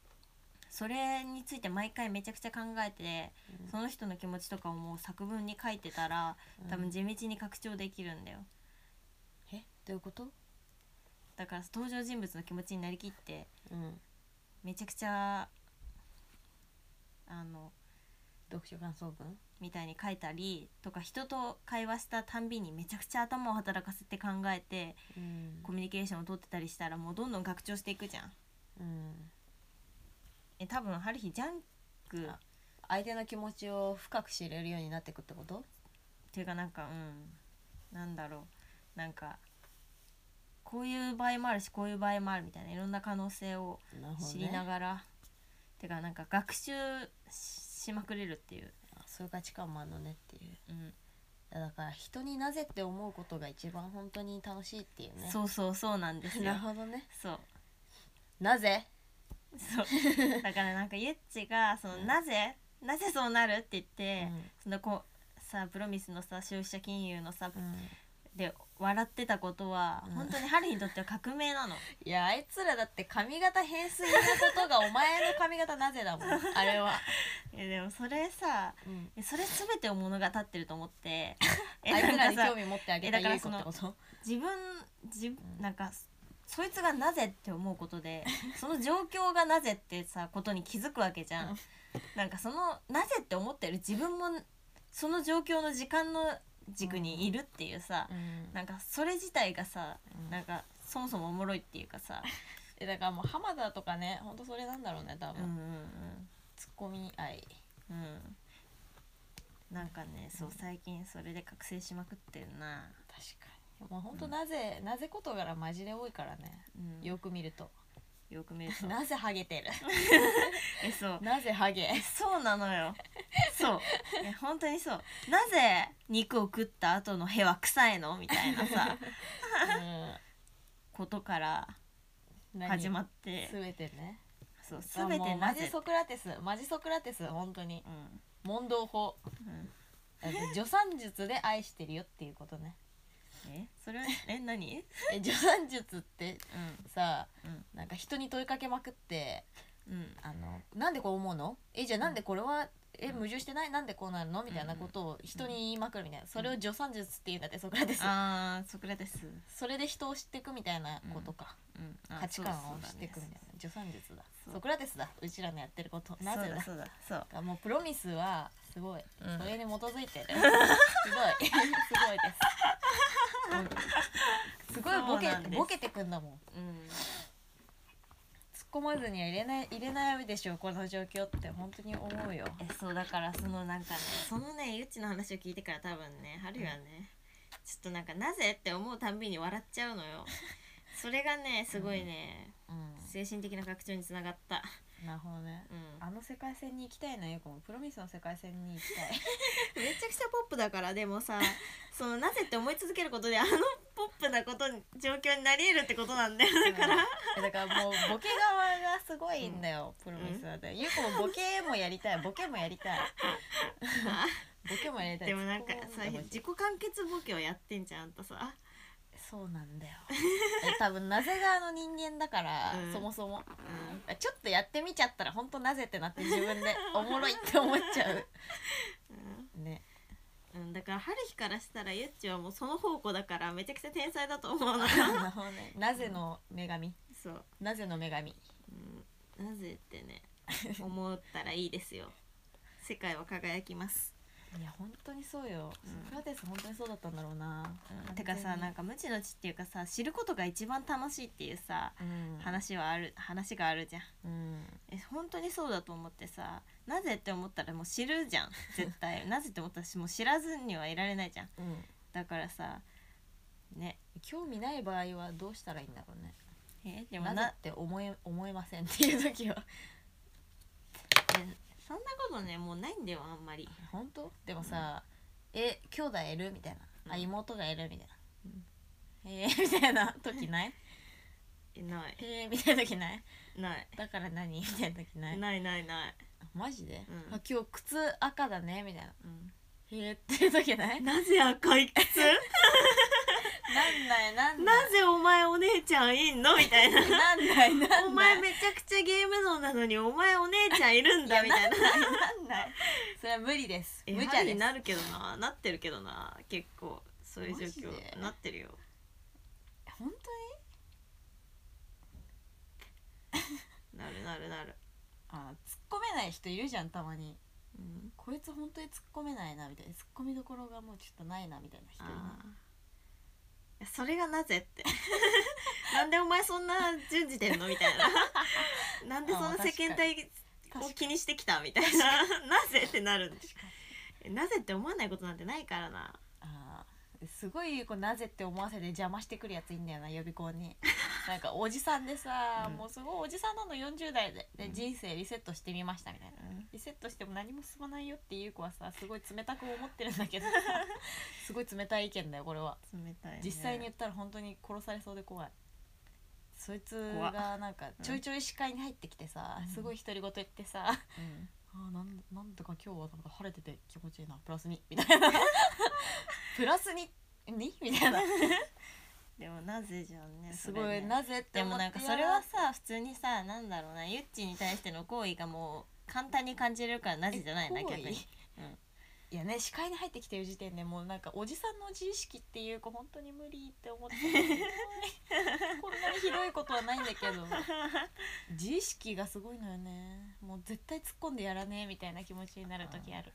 Speaker 1: それについて毎回めちゃくちゃ考えて
Speaker 2: うん
Speaker 1: その人の気持ちとかをもう作文に書いてたら多分
Speaker 2: うん
Speaker 1: 地道に拡張できるんだよ
Speaker 2: えどういうこと
Speaker 1: だから登場人物の気持ちになりきって
Speaker 2: うん
Speaker 1: めちゃくちゃあの
Speaker 2: 読書感想文
Speaker 1: みたいに書いたりとか人と会話したたんびにめちゃくちゃ頭を働かせて考えて
Speaker 2: うん
Speaker 1: コミュニケーションを取ってたりしたらもうどんどん拡張していくじゃん
Speaker 2: うん
Speaker 1: え多分ある日ジャンクっ
Speaker 2: 相手の気持ちを深く知れるようになっていくってこと
Speaker 1: ていうかなんかうんなんだろうなんかこういう場合もあるしこういう場合もあるみたいないろんな可能性を
Speaker 2: なるほど、ね、
Speaker 1: 知りながら、てかなんか学習ししまくれるっていう、
Speaker 2: そういう価値観もあるのねっていう
Speaker 1: うん
Speaker 2: だから人になぜって思うことが一番本当に楽しいっていうね
Speaker 1: そうそうそうなんですよ
Speaker 2: なるほどね
Speaker 1: そう
Speaker 2: なぜ
Speaker 1: そうだからなんかゆっちがその、
Speaker 2: うん
Speaker 1: なぜなぜそうなるって言って、
Speaker 2: うん
Speaker 1: そのこうさプロミスのさ消費者金融のさ、
Speaker 2: うん
Speaker 1: で笑ってたことは、
Speaker 2: うん
Speaker 1: 本当にハリーにとっては革命 なの
Speaker 2: いやあいつらだって髪型変数なことがお前の髪型なぜだ もんあれは、
Speaker 1: えでもそれさ
Speaker 2: うん、
Speaker 1: えそれ全てを物語ってると思って え
Speaker 2: あいつらに
Speaker 1: なんか
Speaker 2: 興
Speaker 1: さ
Speaker 2: 味持ってあげた
Speaker 1: えだから
Speaker 2: 優子ってこと
Speaker 1: 自分自分
Speaker 2: うん
Speaker 1: なんかそいつがなぜって思うこと でその状況がなぜってさことに気づくわけじゃ
Speaker 2: うん
Speaker 1: ん。なんかそのなぜって思ってる自分もその状況の時間の軸にいるっていうさ、
Speaker 2: うん
Speaker 1: なんかそれ自体がさ、
Speaker 2: うん
Speaker 1: なんかそもそもおもろいっていうかさ、
Speaker 2: えだからもう浜田とかね本当それなんだろうね多
Speaker 1: うん
Speaker 2: 分、
Speaker 1: うん
Speaker 2: ツッコミ愛
Speaker 1: うんうん、なんかねそう最近それで覚醒しまくってるな、
Speaker 2: 確かにもう本当なぜ、なぜことがらマジで多いからね
Speaker 1: うん、よ
Speaker 2: よく見ると
Speaker 1: よく見ると
Speaker 2: なぜハゲてる
Speaker 1: えそう
Speaker 2: なぜハゲ
Speaker 1: そうなのよそういや本当にそうなぜ肉を食った後の屁は臭いのみたいな さことから始ま
Speaker 2: っ
Speaker 1: って
Speaker 2: すべてね
Speaker 1: そう全て
Speaker 2: あもう
Speaker 1: な
Speaker 2: マジ
Speaker 1: ぜ
Speaker 2: ソクラテスマジソクラテス本当に
Speaker 1: うん
Speaker 2: 問答法
Speaker 1: うん
Speaker 2: だって助産術で愛してるよっていうこと ね
Speaker 1: えそれはえ何
Speaker 2: え助産術ってさ
Speaker 1: うん
Speaker 2: なんか人に問いかけまくって
Speaker 1: うんうん
Speaker 2: あのなんでこう思うのえじゃあなんでこれは、え
Speaker 1: うん
Speaker 2: 矛盾してないなんでこうなるのみたいなことを人に言いまくるみたいなそれを助産術っていうんだってソクラテス
Speaker 1: あーソクラテス
Speaker 2: それで人を知っていくみたいなことか、
Speaker 1: うんあ
Speaker 2: 価値観を知っていく
Speaker 1: そう
Speaker 2: みたいな、助産術だ
Speaker 1: そう
Speaker 2: ソクラテスだうちらのやってることな
Speaker 1: だ
Speaker 2: ぜ
Speaker 1: そうだ
Speaker 2: だ
Speaker 1: そうだそうだ
Speaker 2: だもうプロミスはすごい、
Speaker 1: うん
Speaker 2: それに基 づいてるすごいすごいです、うんすごいボ
Speaker 1: そうなんで
Speaker 2: ケ
Speaker 1: す
Speaker 2: ボケてくんだもん
Speaker 1: そううん
Speaker 2: 突っ込まずには入れない入れないでしょこの状況って本当に思うよ
Speaker 1: えそうだからそのなんかねそのねゆっちの話を聞いてから多分ね春はねちょっとなんかなぜって思うたんびに笑っちゃうのよそれがねすごいね、
Speaker 2: うん
Speaker 1: 精神的な拡張につながった
Speaker 2: なるほどね
Speaker 1: うん
Speaker 2: あの世界線に行きたいなゆうこもプロミスの世界線に行きたい
Speaker 1: めちゃくちゃポップだからでもさ そのなぜって思い続けることであのポップなことに状況になり得るってことなん だよだから、
Speaker 2: うんだからもうボケ側がすごいんだよ、プロミスはでゆうこもボケもやりたいボケもやりたい ボケもやりたい
Speaker 1: でもなんか
Speaker 2: ツッコ
Speaker 1: さ
Speaker 2: ミもやりたい
Speaker 1: 自己完結ボケをやってんじゃんあんたさ
Speaker 2: そうなんだよ え多分なぜ側の人間だから、
Speaker 1: うん
Speaker 2: そもそも
Speaker 1: うん
Speaker 2: ちょっとやってみちゃったら本当なぜってなって自分でおもろいって思っちゃうね
Speaker 1: うん、だから春日からしたらゆっちはもうその方向だからめちゃくちゃ天才だと思うの
Speaker 2: なるほどねなぜの女神
Speaker 1: そう、
Speaker 2: なぜの女神
Speaker 1: うん、なぜってね思ったらいいです よ世界は輝きます、
Speaker 2: いや本当にそうよ、
Speaker 1: うん
Speaker 2: ソクラテス本当にそうだったんだろうな、
Speaker 1: てかさなんか無知の知っていうかさ知ることが一番楽しいっていうさ
Speaker 2: うん、
Speaker 1: 話はある話があるじゃん
Speaker 2: うん
Speaker 1: え本当にそうだと思ってさなぜって思ったらもう知るじ ゃん絶対なぜって思ったらもう知らずにはいられないじゃん
Speaker 2: うん、
Speaker 1: だからさね
Speaker 2: 興味ない場合はどうしたらいいんだろうね
Speaker 1: えでも
Speaker 2: な
Speaker 1: な
Speaker 2: ぜって思え思えませんっていう時は
Speaker 1: えそんなことねもうないんだよあんまり
Speaker 2: 本当でもさ、え兄弟いるみたいな、あ
Speaker 1: うん
Speaker 2: 妹がいるみたいな、
Speaker 1: うん
Speaker 2: えー、 みたいな 時ない
Speaker 1: えない
Speaker 2: えー、みたいな時ない
Speaker 1: ない
Speaker 2: だから何みたいな時ない
Speaker 1: ないないない、
Speaker 2: マジで、
Speaker 1: うん
Speaker 2: あ今日靴赤だねみたいな
Speaker 1: うん、
Speaker 2: えー、っていう時ないな
Speaker 1: なぜ赤い靴
Speaker 2: んないなんない
Speaker 1: なぜお前お姉ちゃんいんのみたいな
Speaker 2: なんないなんない
Speaker 1: お前めちゃくちゃゲーム脳なのにお前お姉ちゃんいるんだみたいな
Speaker 2: なんないそれは無理です
Speaker 1: え
Speaker 2: 無
Speaker 1: 無
Speaker 2: 茶
Speaker 1: 茶
Speaker 2: で
Speaker 1: に
Speaker 2: す
Speaker 1: なるけどななってるけどな結構そういう状
Speaker 2: マジで
Speaker 1: 況なってるよ
Speaker 2: 本当に
Speaker 1: なるなるなる、
Speaker 2: あ突っ込めない人いるじゃんたまに
Speaker 1: うん、
Speaker 2: こいつ本当に突っ込めないなみたいな突っ込みどころがもうちょっとないなみたいな人いる
Speaker 1: あーそれがなぜって なんでお前そんな順次でんのみたい ななんでその世間体を気にしてきたみたい ななぜってなるんで
Speaker 2: 確かに
Speaker 1: えなぜって思わないことなんてないからな
Speaker 2: あーすごいこうなぜって思わせて邪魔してくるやついいんだよな予備校 になんかおじさんでさ、
Speaker 1: うん
Speaker 2: もうすごいおじさんなの40代でで
Speaker 1: うん
Speaker 2: 人生リセットしてみましたみたいな、リセットしても何も進まないよっていう子はさすごい冷たく思ってるんだけ どさすごい冷たい意見だよこれは
Speaker 1: 冷たいね、
Speaker 2: 実際に言ったら本当に殺されそうで怖いそいつ
Speaker 1: 怖っ
Speaker 2: がなんか
Speaker 1: うん
Speaker 2: ちょいちょい視界に入ってきてさ、
Speaker 1: うん
Speaker 2: すごい独り言言ってさ、
Speaker 1: うん
Speaker 2: あーなんなんだか今日はなんか晴れてて気持ちいいなプラスにみたいな プラスににみたいな
Speaker 1: でもなぜじゃんね
Speaker 2: す
Speaker 1: そ
Speaker 2: ご
Speaker 1: れ
Speaker 2: い
Speaker 1: ね
Speaker 2: なぜって
Speaker 1: で
Speaker 2: 思
Speaker 1: も
Speaker 2: って
Speaker 1: なんかそれはさ普通にさなんだろうなゆっちに対しての好意がもう簡単に感じれるからなぜじゃないな
Speaker 2: え好意
Speaker 1: 逆に、うん
Speaker 2: いやね視界に入ってきてる時点でもうなんかおじさんの自意識っていう子本当に無理っ て思ってたのにこんなにひどいことはないんだけど自意識がすごいのよねもう絶対突っ込んでやらねえみたいな気持ちになる時ある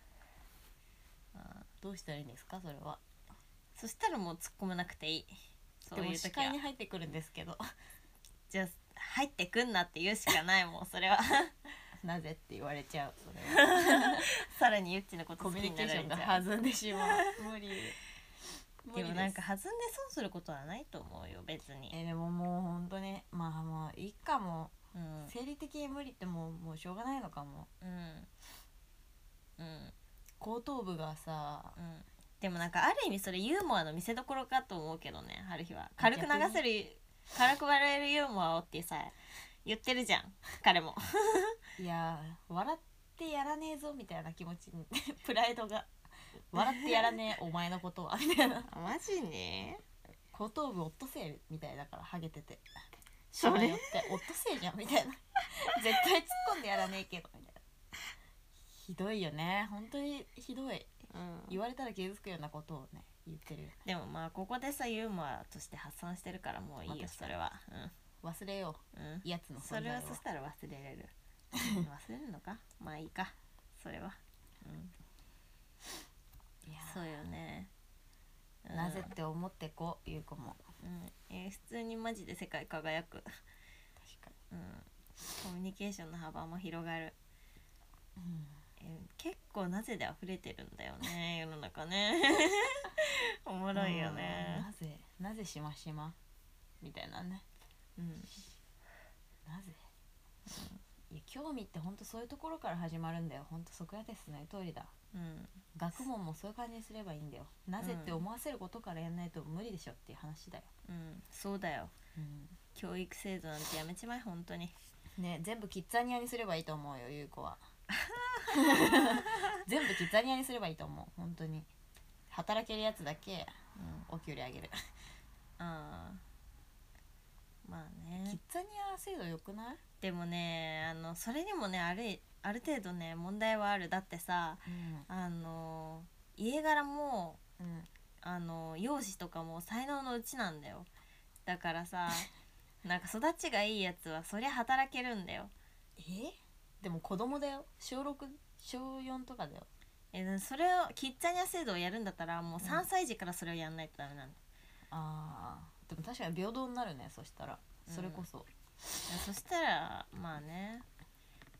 Speaker 1: あ
Speaker 2: どうしたらいいんですかそれは
Speaker 1: ーそしたらもう突っ込まなくていいそう
Speaker 2: で
Speaker 1: い
Speaker 2: も
Speaker 1: う
Speaker 2: 視
Speaker 1: 時
Speaker 2: 界
Speaker 1: は
Speaker 2: に入って くるんですけど
Speaker 1: じゃあ入ってくんなって言うしかないもうそれは
Speaker 2: なぜって言われちゃうそれは
Speaker 1: さらにゆっちのこと
Speaker 2: コ
Speaker 1: 好
Speaker 2: ミ
Speaker 1: き
Speaker 2: ュニ
Speaker 1: に
Speaker 2: ケ
Speaker 1: な
Speaker 2: ーシ
Speaker 1: られちゃ
Speaker 2: ョンが
Speaker 1: う
Speaker 2: 弾んでしまう無理
Speaker 1: でもなんか
Speaker 2: 無理
Speaker 1: 弾んで損することはないと思うよ別
Speaker 2: す
Speaker 1: に、
Speaker 2: えでももう本当にまあもういいかも
Speaker 1: うん
Speaker 2: 生理的に無理ってもうもうしょうがないのかも
Speaker 1: うんうん
Speaker 2: 後頭部がさ
Speaker 1: うんでもなんかある意味それユーモアの見せ所かと思うけどね春日は軽く流せる軽く笑えるユーモアをってさ言ってるじゃん 彼も
Speaker 2: いやー笑ってやらねえぞみたいな気持ちに プライドが笑ってやらねえお前のことはみたいな
Speaker 1: マジね
Speaker 2: 後頭部オットセイルみたいだからハゲてて
Speaker 1: そ
Speaker 2: に
Speaker 1: れ
Speaker 2: よってオットセイじゃんみたいな絶対突っ込んでやらねえけどみたいなひどいよね本当にひどい言われたら傷つくようなことをね言ってるよね
Speaker 1: でもまあここでさユーモアとして発散してるからもういいよ
Speaker 2: まあ確
Speaker 1: そ
Speaker 2: かに
Speaker 1: れは
Speaker 2: 忘れよ
Speaker 1: うんうん
Speaker 2: うやつの
Speaker 1: そ
Speaker 2: 存
Speaker 1: れ
Speaker 2: 在
Speaker 1: は
Speaker 2: を
Speaker 1: そしたら忘れれる うん忘れるのかまあいいかそれは、うん、
Speaker 2: いやー
Speaker 1: そうよね、うん
Speaker 2: なぜって思ってこういう子も
Speaker 1: うんえー普通にマジで世界輝く、
Speaker 2: 確か
Speaker 1: うん、コミュニケーションの幅も広がる、
Speaker 2: に、
Speaker 1: えー結構なぜで溢れてるんだよ ね世の中ねおもろいよ
Speaker 2: うん
Speaker 1: ね
Speaker 2: なぜなぜしましまみたいなね
Speaker 1: うん
Speaker 2: なぜ、いや興味って本当そういうところから始まるんだよ本当ソクラテスの言う通りだ
Speaker 1: うん
Speaker 2: 学問もそういう感じにすればいいんだよなぜって
Speaker 1: うん
Speaker 2: 思わせることからやんないと無理でしょっていう話だよ、
Speaker 1: うんそうだよ教育制度なんてやめちまえ本当に
Speaker 2: ね全部キッザニアにすればいいと思うよ優子 は全部キッザニアにすればいいと思う本当に働けるやつだけ
Speaker 1: うん
Speaker 2: お給料上げる
Speaker 1: あーまあ
Speaker 2: キッ
Speaker 1: ね
Speaker 2: ザニア制度良くない、
Speaker 1: でもねあのそれにもねあるある程度ね問題はあるだってさ
Speaker 2: う
Speaker 1: あの家柄も
Speaker 2: んうん、
Speaker 1: あの容姿とかも才能のうちなんだよだからさ なんか育ちがいいやつはそりゃ働けるんだよ
Speaker 2: えでも子供だよ小6小4とかだよ
Speaker 1: えでそれをキッザニア制度をやるんだったらもう
Speaker 2: う
Speaker 1: 3
Speaker 2: ん
Speaker 1: 歳児からそれをやんないとダメなんだ、
Speaker 2: あーでも確かに平等になるねそしたら
Speaker 1: うん
Speaker 2: それこそ、
Speaker 1: そしたらまあね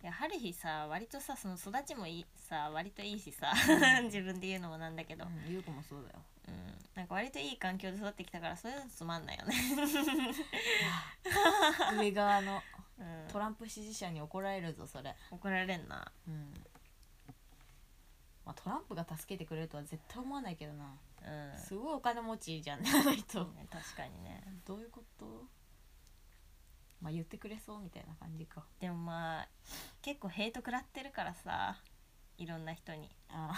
Speaker 1: いや春日さ割とさその育ちもいいさ割といいしさ 自分で言うのもなんだけど、
Speaker 2: うん、優子もそうだ よ
Speaker 1: うん、なんか割といい環境で育ってきたからそういうのつまんないよね、
Speaker 2: 上側の
Speaker 1: うん、
Speaker 2: トランプ支持者に怒られるぞそれ、
Speaker 1: 怒られんな
Speaker 2: うんまあ、トランプが助けてくれるとは絶対思わないけどな、
Speaker 1: うん
Speaker 2: すごいお金持ちじゃんねあの人
Speaker 1: ね確かにね
Speaker 2: どういうことまあ言ってくれそうみたいな感じか
Speaker 1: でもまあ結構ヘイト食らってるからさいろんな人に
Speaker 2: あ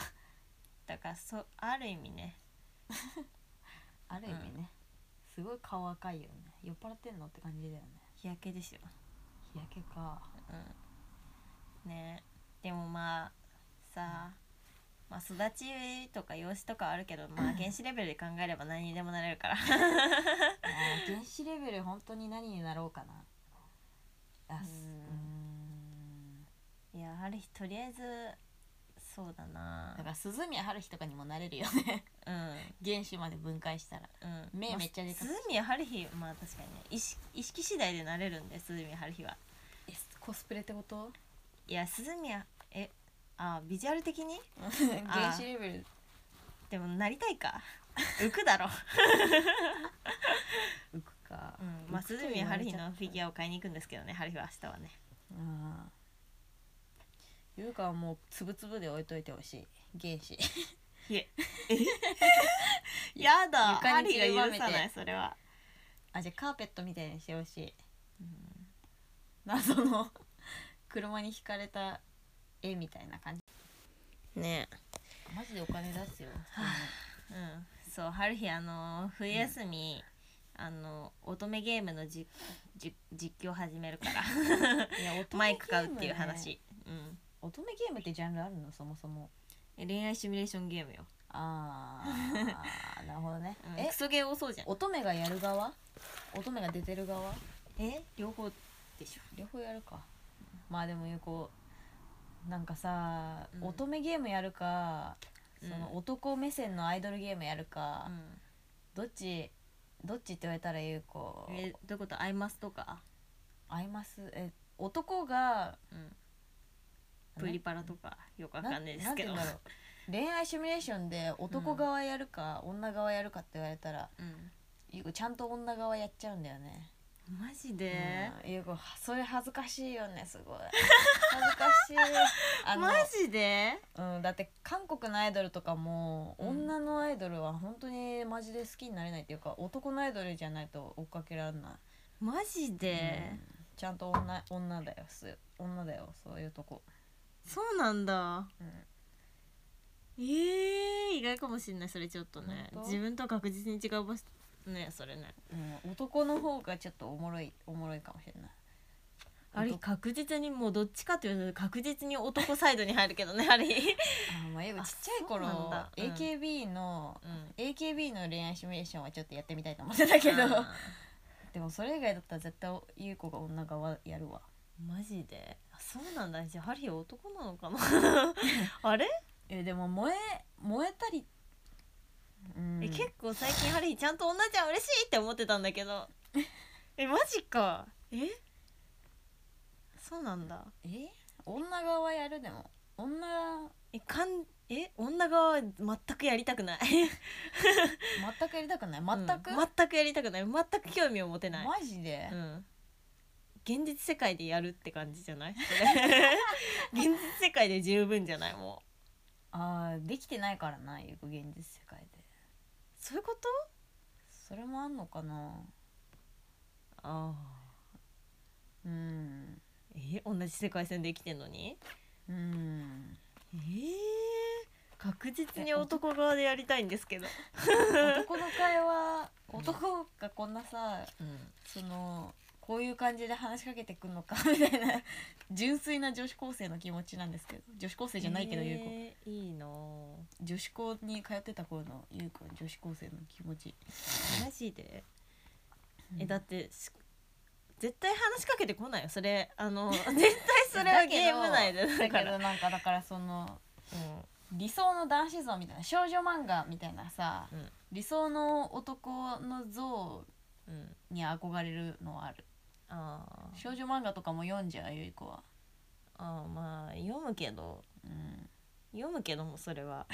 Speaker 1: だからそある意味ね
Speaker 2: あある意味ね、すごい顔赤いよね酔っ払ってんのって感じだよね
Speaker 1: 日焼けですよ、
Speaker 2: 日焼けか
Speaker 1: うん、ねでもまあさまあ育ちとか容姿とかはあるけどまあ原子レベルで考えれば何にでもなれるから
Speaker 2: あー原子レベル本当に何になろうかなあすう
Speaker 1: いやある日とりあえずそうだ
Speaker 2: ーん
Speaker 1: な
Speaker 2: だから鈴宮春日とかにもなれるよね
Speaker 1: うん
Speaker 2: 原子まで分解したら
Speaker 1: うん、
Speaker 2: 目めっちゃでかく
Speaker 1: 鈴宮春日まあ確かにね意識意識次第でなれるんで鈴宮春日は
Speaker 2: えコスプレってこと
Speaker 1: いや鈴宮えあビジュアル的に
Speaker 2: 原子レベル
Speaker 1: でもなりたいか浮く だろ、
Speaker 2: 浮くか
Speaker 1: うん、まあ
Speaker 2: 浮く
Speaker 1: 鈴
Speaker 2: と
Speaker 1: 宮
Speaker 2: 言わ
Speaker 1: 春日
Speaker 2: れちゃ
Speaker 1: の
Speaker 2: っ
Speaker 1: フィギュアを買いに行くんですけどね春日は明日はね
Speaker 2: たうん優香はもうつぶつぶで置いといてほしい原 子
Speaker 1: いえ やだ
Speaker 2: 床
Speaker 1: 春
Speaker 2: に
Speaker 1: 日
Speaker 2: 散りば
Speaker 1: が
Speaker 2: め
Speaker 1: 許さ
Speaker 2: て
Speaker 1: ないそれは
Speaker 2: あじゃあカーペットみたいにしてほしい謎の 車に引かれた絵みたいな感じ
Speaker 1: ね
Speaker 2: マジでお金出すよ
Speaker 1: うんそう春日あの冬休み、あの乙女ゲームのじじ実況始めるから
Speaker 2: いや乙女ゲームね
Speaker 1: マイク買うっていう話、うん
Speaker 2: 乙女ゲームってジャンルあるのそもそも
Speaker 1: え恋愛シミュレーションゲームよ、
Speaker 2: あ あなるほどね、
Speaker 1: うん、
Speaker 2: え
Speaker 1: クソゲー多そうじゃん
Speaker 2: 乙女がやる側乙女が出てる側
Speaker 1: え両方でしょ
Speaker 2: 両方やるかまあでもゆうこなんかさ、
Speaker 1: うん
Speaker 2: 乙女ゲームやるか
Speaker 1: うん
Speaker 2: その男目線のアイドルゲームやるか、
Speaker 1: う
Speaker 2: どっちどっちって言われたらゆうこ
Speaker 1: ん、えどういうことアイマスとか
Speaker 2: 合いますえ男が
Speaker 1: うんプリパラとかよくわかんないですけど
Speaker 2: ななんて言うんだろう恋愛シミュレーションで男側やるか、女側やるかって言われたら
Speaker 1: うん
Speaker 2: ゆうこちゃんと女側やっちゃうんだよね、
Speaker 1: マジで、
Speaker 2: うんゆうこそれ恥ずかしいよねすごい恥ずかしい あの
Speaker 1: マジで
Speaker 2: うん、だって韓国のアイドルとかも、
Speaker 1: うん
Speaker 2: 女のアイドルは本当にマジで好きになれないっていうか男のアイドルじゃないと追っかけられない、
Speaker 1: マジで、
Speaker 2: うんちゃんと女女だよす女だよそういうとこ、
Speaker 1: そうなんだ
Speaker 2: うん、
Speaker 1: えー、意外かもしんないそれちょっとね
Speaker 2: 本当
Speaker 1: 自分と確実に違う場所ねそれね
Speaker 2: うん男の方がちょっとおもろいおもろいかもしれない
Speaker 1: あれ
Speaker 2: 男
Speaker 1: 確実にもうどっちかっていうと確実に男サイドに入るけど ねあれ
Speaker 2: あまあゆうこ
Speaker 1: あ
Speaker 2: ちっちゃい頃
Speaker 1: そうなんだうん
Speaker 2: AKB の、
Speaker 1: うん
Speaker 2: AKB の恋愛シミュレーションはちょっとやってみたいと思ってたけど
Speaker 1: あ
Speaker 2: でもそれ以外だったら絶対ゆうこが女側やるわ
Speaker 1: ーマジであそうなんだじゃあハリー男なのか なあれ、
Speaker 2: えでも燃え燃えたり、うん
Speaker 1: え結構最近ハリーちゃんと女ちゃん嬉しいって思ってたんだけど えマジかえそうなんだ
Speaker 2: え女側やるでも女
Speaker 1: えかんえ女側は全くやりたくない
Speaker 2: 全くやりたくない全く、
Speaker 1: うん全くやりたくない全く興味を持てない
Speaker 2: マジで、
Speaker 1: うん現実世界でやるって感じじゃ ないそれ現実世界で十分じゃないもう
Speaker 2: ああできてないからなゆうこ現実世界で
Speaker 1: そういうこと
Speaker 2: それもあんのかな
Speaker 1: あ
Speaker 2: うん
Speaker 1: あえ同じ世界線で生きてんのに
Speaker 2: うん
Speaker 1: えー、確実に男側でやりたいんですけど、
Speaker 2: 男の会話
Speaker 1: うん
Speaker 2: 男がこんなさ
Speaker 1: うん、
Speaker 2: そのこういう感じで話しかけてくんのか みたいな純粋な女子高生の気持ちなんですけど女子高生じゃないけど、ゆうこ
Speaker 1: えーいいなあ
Speaker 2: 女子校に通ってた頃のゆうこ女子高生の気持ち
Speaker 1: マジでえだってし絶対話しかけてこないよそれあ の絶対それはゲーム内でだ
Speaker 2: だ
Speaker 1: か
Speaker 2: け
Speaker 1: ら
Speaker 2: どなんかだからその
Speaker 1: う
Speaker 2: 理想の男子像みたいな少女漫画みたいなさ、
Speaker 1: うん
Speaker 2: 理想の男の像
Speaker 1: んうん
Speaker 2: に憧れるのはある
Speaker 1: あー
Speaker 2: 少女漫画とかも読んじゃうゆい子は、
Speaker 1: あーまあ読むけど
Speaker 2: うん
Speaker 1: 読むけどもそれ は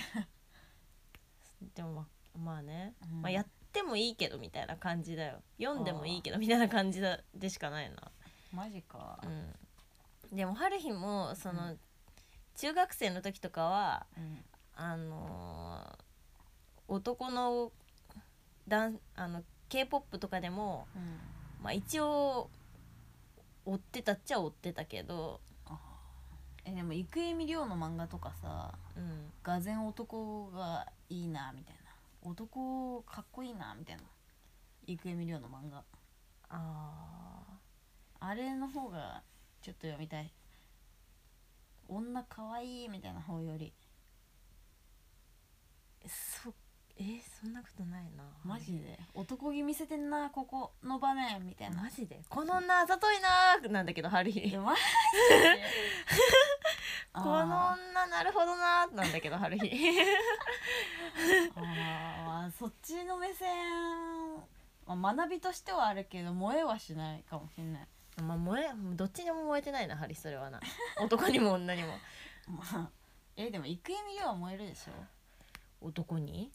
Speaker 1: でもままあね、
Speaker 2: うん
Speaker 1: まあ、やってもいいけどみたいな感じだよ読んでもいいけどみたいな感じだでしかないな、
Speaker 2: マジか、
Speaker 1: うん、でも春日もその、
Speaker 2: う
Speaker 1: 中学生の時とかは
Speaker 2: うん
Speaker 1: あのー男のダンあの k p o p とかでも、
Speaker 2: うん
Speaker 1: まあ、一応追ってたっちゃ追ってたけど、
Speaker 2: えでも郁恵美涼の漫画とかさ
Speaker 1: うん、
Speaker 2: がぜ男がいいなみたいな男かっこいいなみたいな郁恵美涼の漫画
Speaker 1: あー
Speaker 2: あれの方がちょっと読みたい女かわいいみたいな方より
Speaker 1: そえーそんなことないな
Speaker 2: マジで男気見せてんなここの場面みたいな
Speaker 1: マジでこの女あざといなーなんだけどハリ
Speaker 2: いや
Speaker 1: ー
Speaker 2: マジで
Speaker 1: この女
Speaker 2: あ
Speaker 1: なるほどなーなんだけどハリ ー
Speaker 2: ーあーそっちの目線まあ学びとしてはあるけど萌えはしないかもしれない
Speaker 1: まあ燃えどっちにも燃えてないなハリーそれはな男にも女にも
Speaker 2: まあえでも郁恵美涼は燃えるでし
Speaker 1: 男に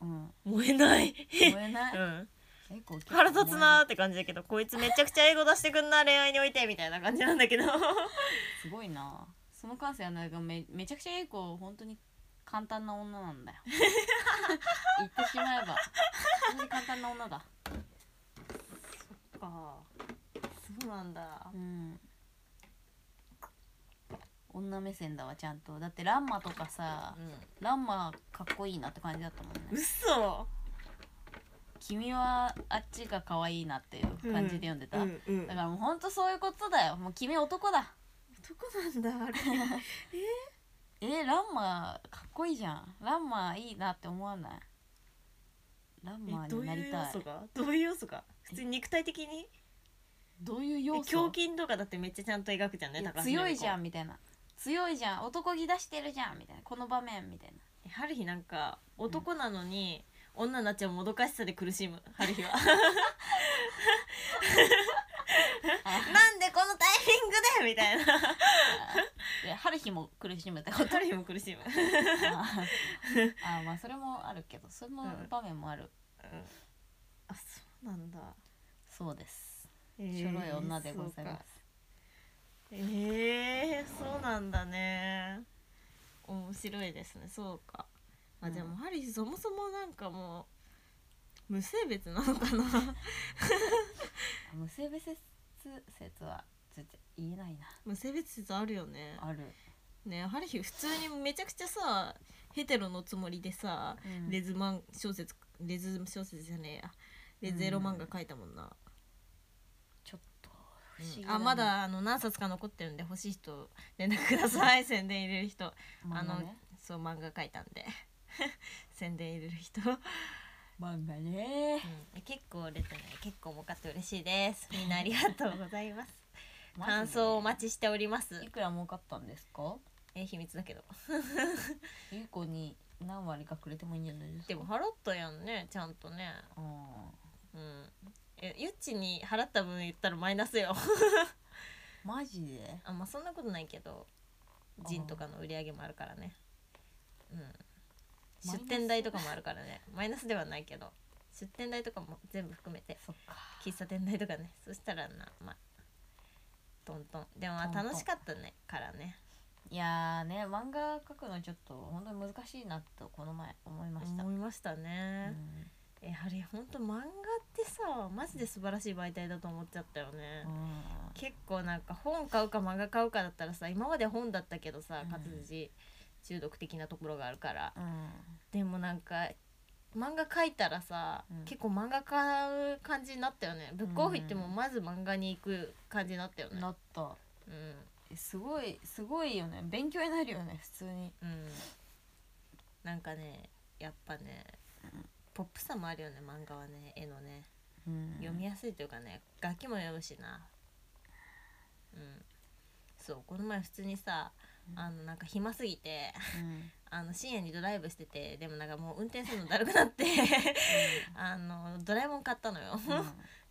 Speaker 2: ょ うん
Speaker 1: 燃えない
Speaker 2: 燃えな
Speaker 1: う
Speaker 2: い
Speaker 1: ん
Speaker 2: 結構結構
Speaker 1: 腹立つなーって感じだけどこいつめちゃくちゃ英語出してくんな恋愛においてみたいな感じなんだけど
Speaker 2: すごいなその感性はなんかめめちゃくちゃいい子本当に簡単な女なんだ よ言ってしまえば本当に簡単な女だ
Speaker 1: あそうなんだ
Speaker 2: うん女目線だわちゃんとだってランマとかさ
Speaker 1: う
Speaker 2: ランマかっこいいなって感じだったもん
Speaker 1: ん
Speaker 2: ね
Speaker 1: 嘘
Speaker 2: 君はあっちが可愛いなっていう感じで読んでた、
Speaker 1: うんうん
Speaker 2: だからもう本当そういうことだよもう君男だ
Speaker 1: 男なんだあれ
Speaker 2: えーランマかっこいいじゃんランマいいなって思わないランマ
Speaker 1: えど
Speaker 2: に
Speaker 1: う
Speaker 2: なり
Speaker 1: いう要
Speaker 2: たい
Speaker 1: 素がどういう要素が普通に肉体的に
Speaker 2: どういう要
Speaker 1: え
Speaker 2: 素
Speaker 1: 胸筋とかだってめっちゃちゃんと描くじゃんね
Speaker 2: いや
Speaker 1: 高橋
Speaker 2: 強いじゃ
Speaker 1: ん
Speaker 2: んみたいな強いじゃん男気出してるじゃんみたいなこの場面みたい な
Speaker 1: 春日なんか男なのに、女になっちゃうもどかしさで苦しむ春日は なんでこのタイミングでみたいな
Speaker 2: いや春日も苦しむってこと
Speaker 1: 春日も苦しむ
Speaker 2: あーあーまあそれもあるけどその場面もある、
Speaker 1: あそうなんだ
Speaker 2: そうです
Speaker 1: えー
Speaker 2: しょろい女でご
Speaker 1: そ
Speaker 2: ざい
Speaker 1: う
Speaker 2: ま
Speaker 1: か
Speaker 2: す、
Speaker 1: えー、そうなんだね面白いですねそうかあ
Speaker 2: うん
Speaker 1: でもハリーそもそもなんかもう無性別なのかな
Speaker 2: あ無性別説説はちょっと言えないな
Speaker 1: 無性別説あるよね
Speaker 2: ある、
Speaker 1: ねハリー普通にめちゃくちゃさヘテロのつもりでさ、
Speaker 2: うん
Speaker 1: レズマン小説レズ小説じゃねえやレズエロ漫画書いたもんな、
Speaker 2: ちょっと不思議
Speaker 1: あまだあの何冊か残ってるんで欲しい人連絡ください宣伝入れる人
Speaker 2: 漫画
Speaker 1: あの
Speaker 2: ね
Speaker 1: そう漫画書いたんで 宣伝入れる人、
Speaker 2: 漫画ね
Speaker 1: 結構出てない結構儲かって嬉しいですみんなありがとうござい ます
Speaker 2: マジで
Speaker 1: 感想をお待ちしております
Speaker 2: いくら儲かったんですか
Speaker 1: え秘密だけど
Speaker 2: ゆうこに何割かくれてもいいんじゃないですか
Speaker 1: でも払ったやんねちゃんとね
Speaker 2: あ
Speaker 1: うんえゆっちに払った分言ったらマイナスよ
Speaker 2: ーマジで
Speaker 1: あまあそんなことないけどジンとかの売り上げもあるからねうん
Speaker 2: マイナ
Speaker 1: 出
Speaker 2: ス
Speaker 1: 店代とかもあるからねマイナスではないけど出店代とかも全部含めて
Speaker 2: そっか
Speaker 1: 喫茶店代とかねそしたらなまあトントンでもまあ
Speaker 2: トントン
Speaker 1: 楽しかったねからね
Speaker 2: いやーね漫画描くのちょっと本当に難しいなとこの前思いました、
Speaker 1: 思いました
Speaker 2: う
Speaker 1: ね、
Speaker 2: ん
Speaker 1: えやはりほんと漫画ってさマジで素晴らしい媒体だと思っちゃったよね、
Speaker 2: う
Speaker 1: 結構なんか本買うか漫画買うかだったらさ今まで本だったけどさ
Speaker 2: うん
Speaker 1: 活字中毒的なところがあるから、
Speaker 2: んうん
Speaker 1: でもなんか漫画描いたらさ、
Speaker 2: うん
Speaker 1: 結構漫画買う感じになったよねブックオフ行っても
Speaker 2: うん
Speaker 1: まず漫画に行く感じになったよね
Speaker 2: なった
Speaker 1: うん
Speaker 2: えすごいすごいよね勉強になるよね普通に
Speaker 1: うんなんかねやっぱねポップさもあるよね漫画はね絵のね読みやすいというかね楽器も読むしなうんそうこの前普通にさあのなんか暇すぎて
Speaker 2: うん
Speaker 1: あの深夜にドライブしててでもなんかもう運転するのだるくなって あのドラえもん買ったのよ
Speaker 2: うん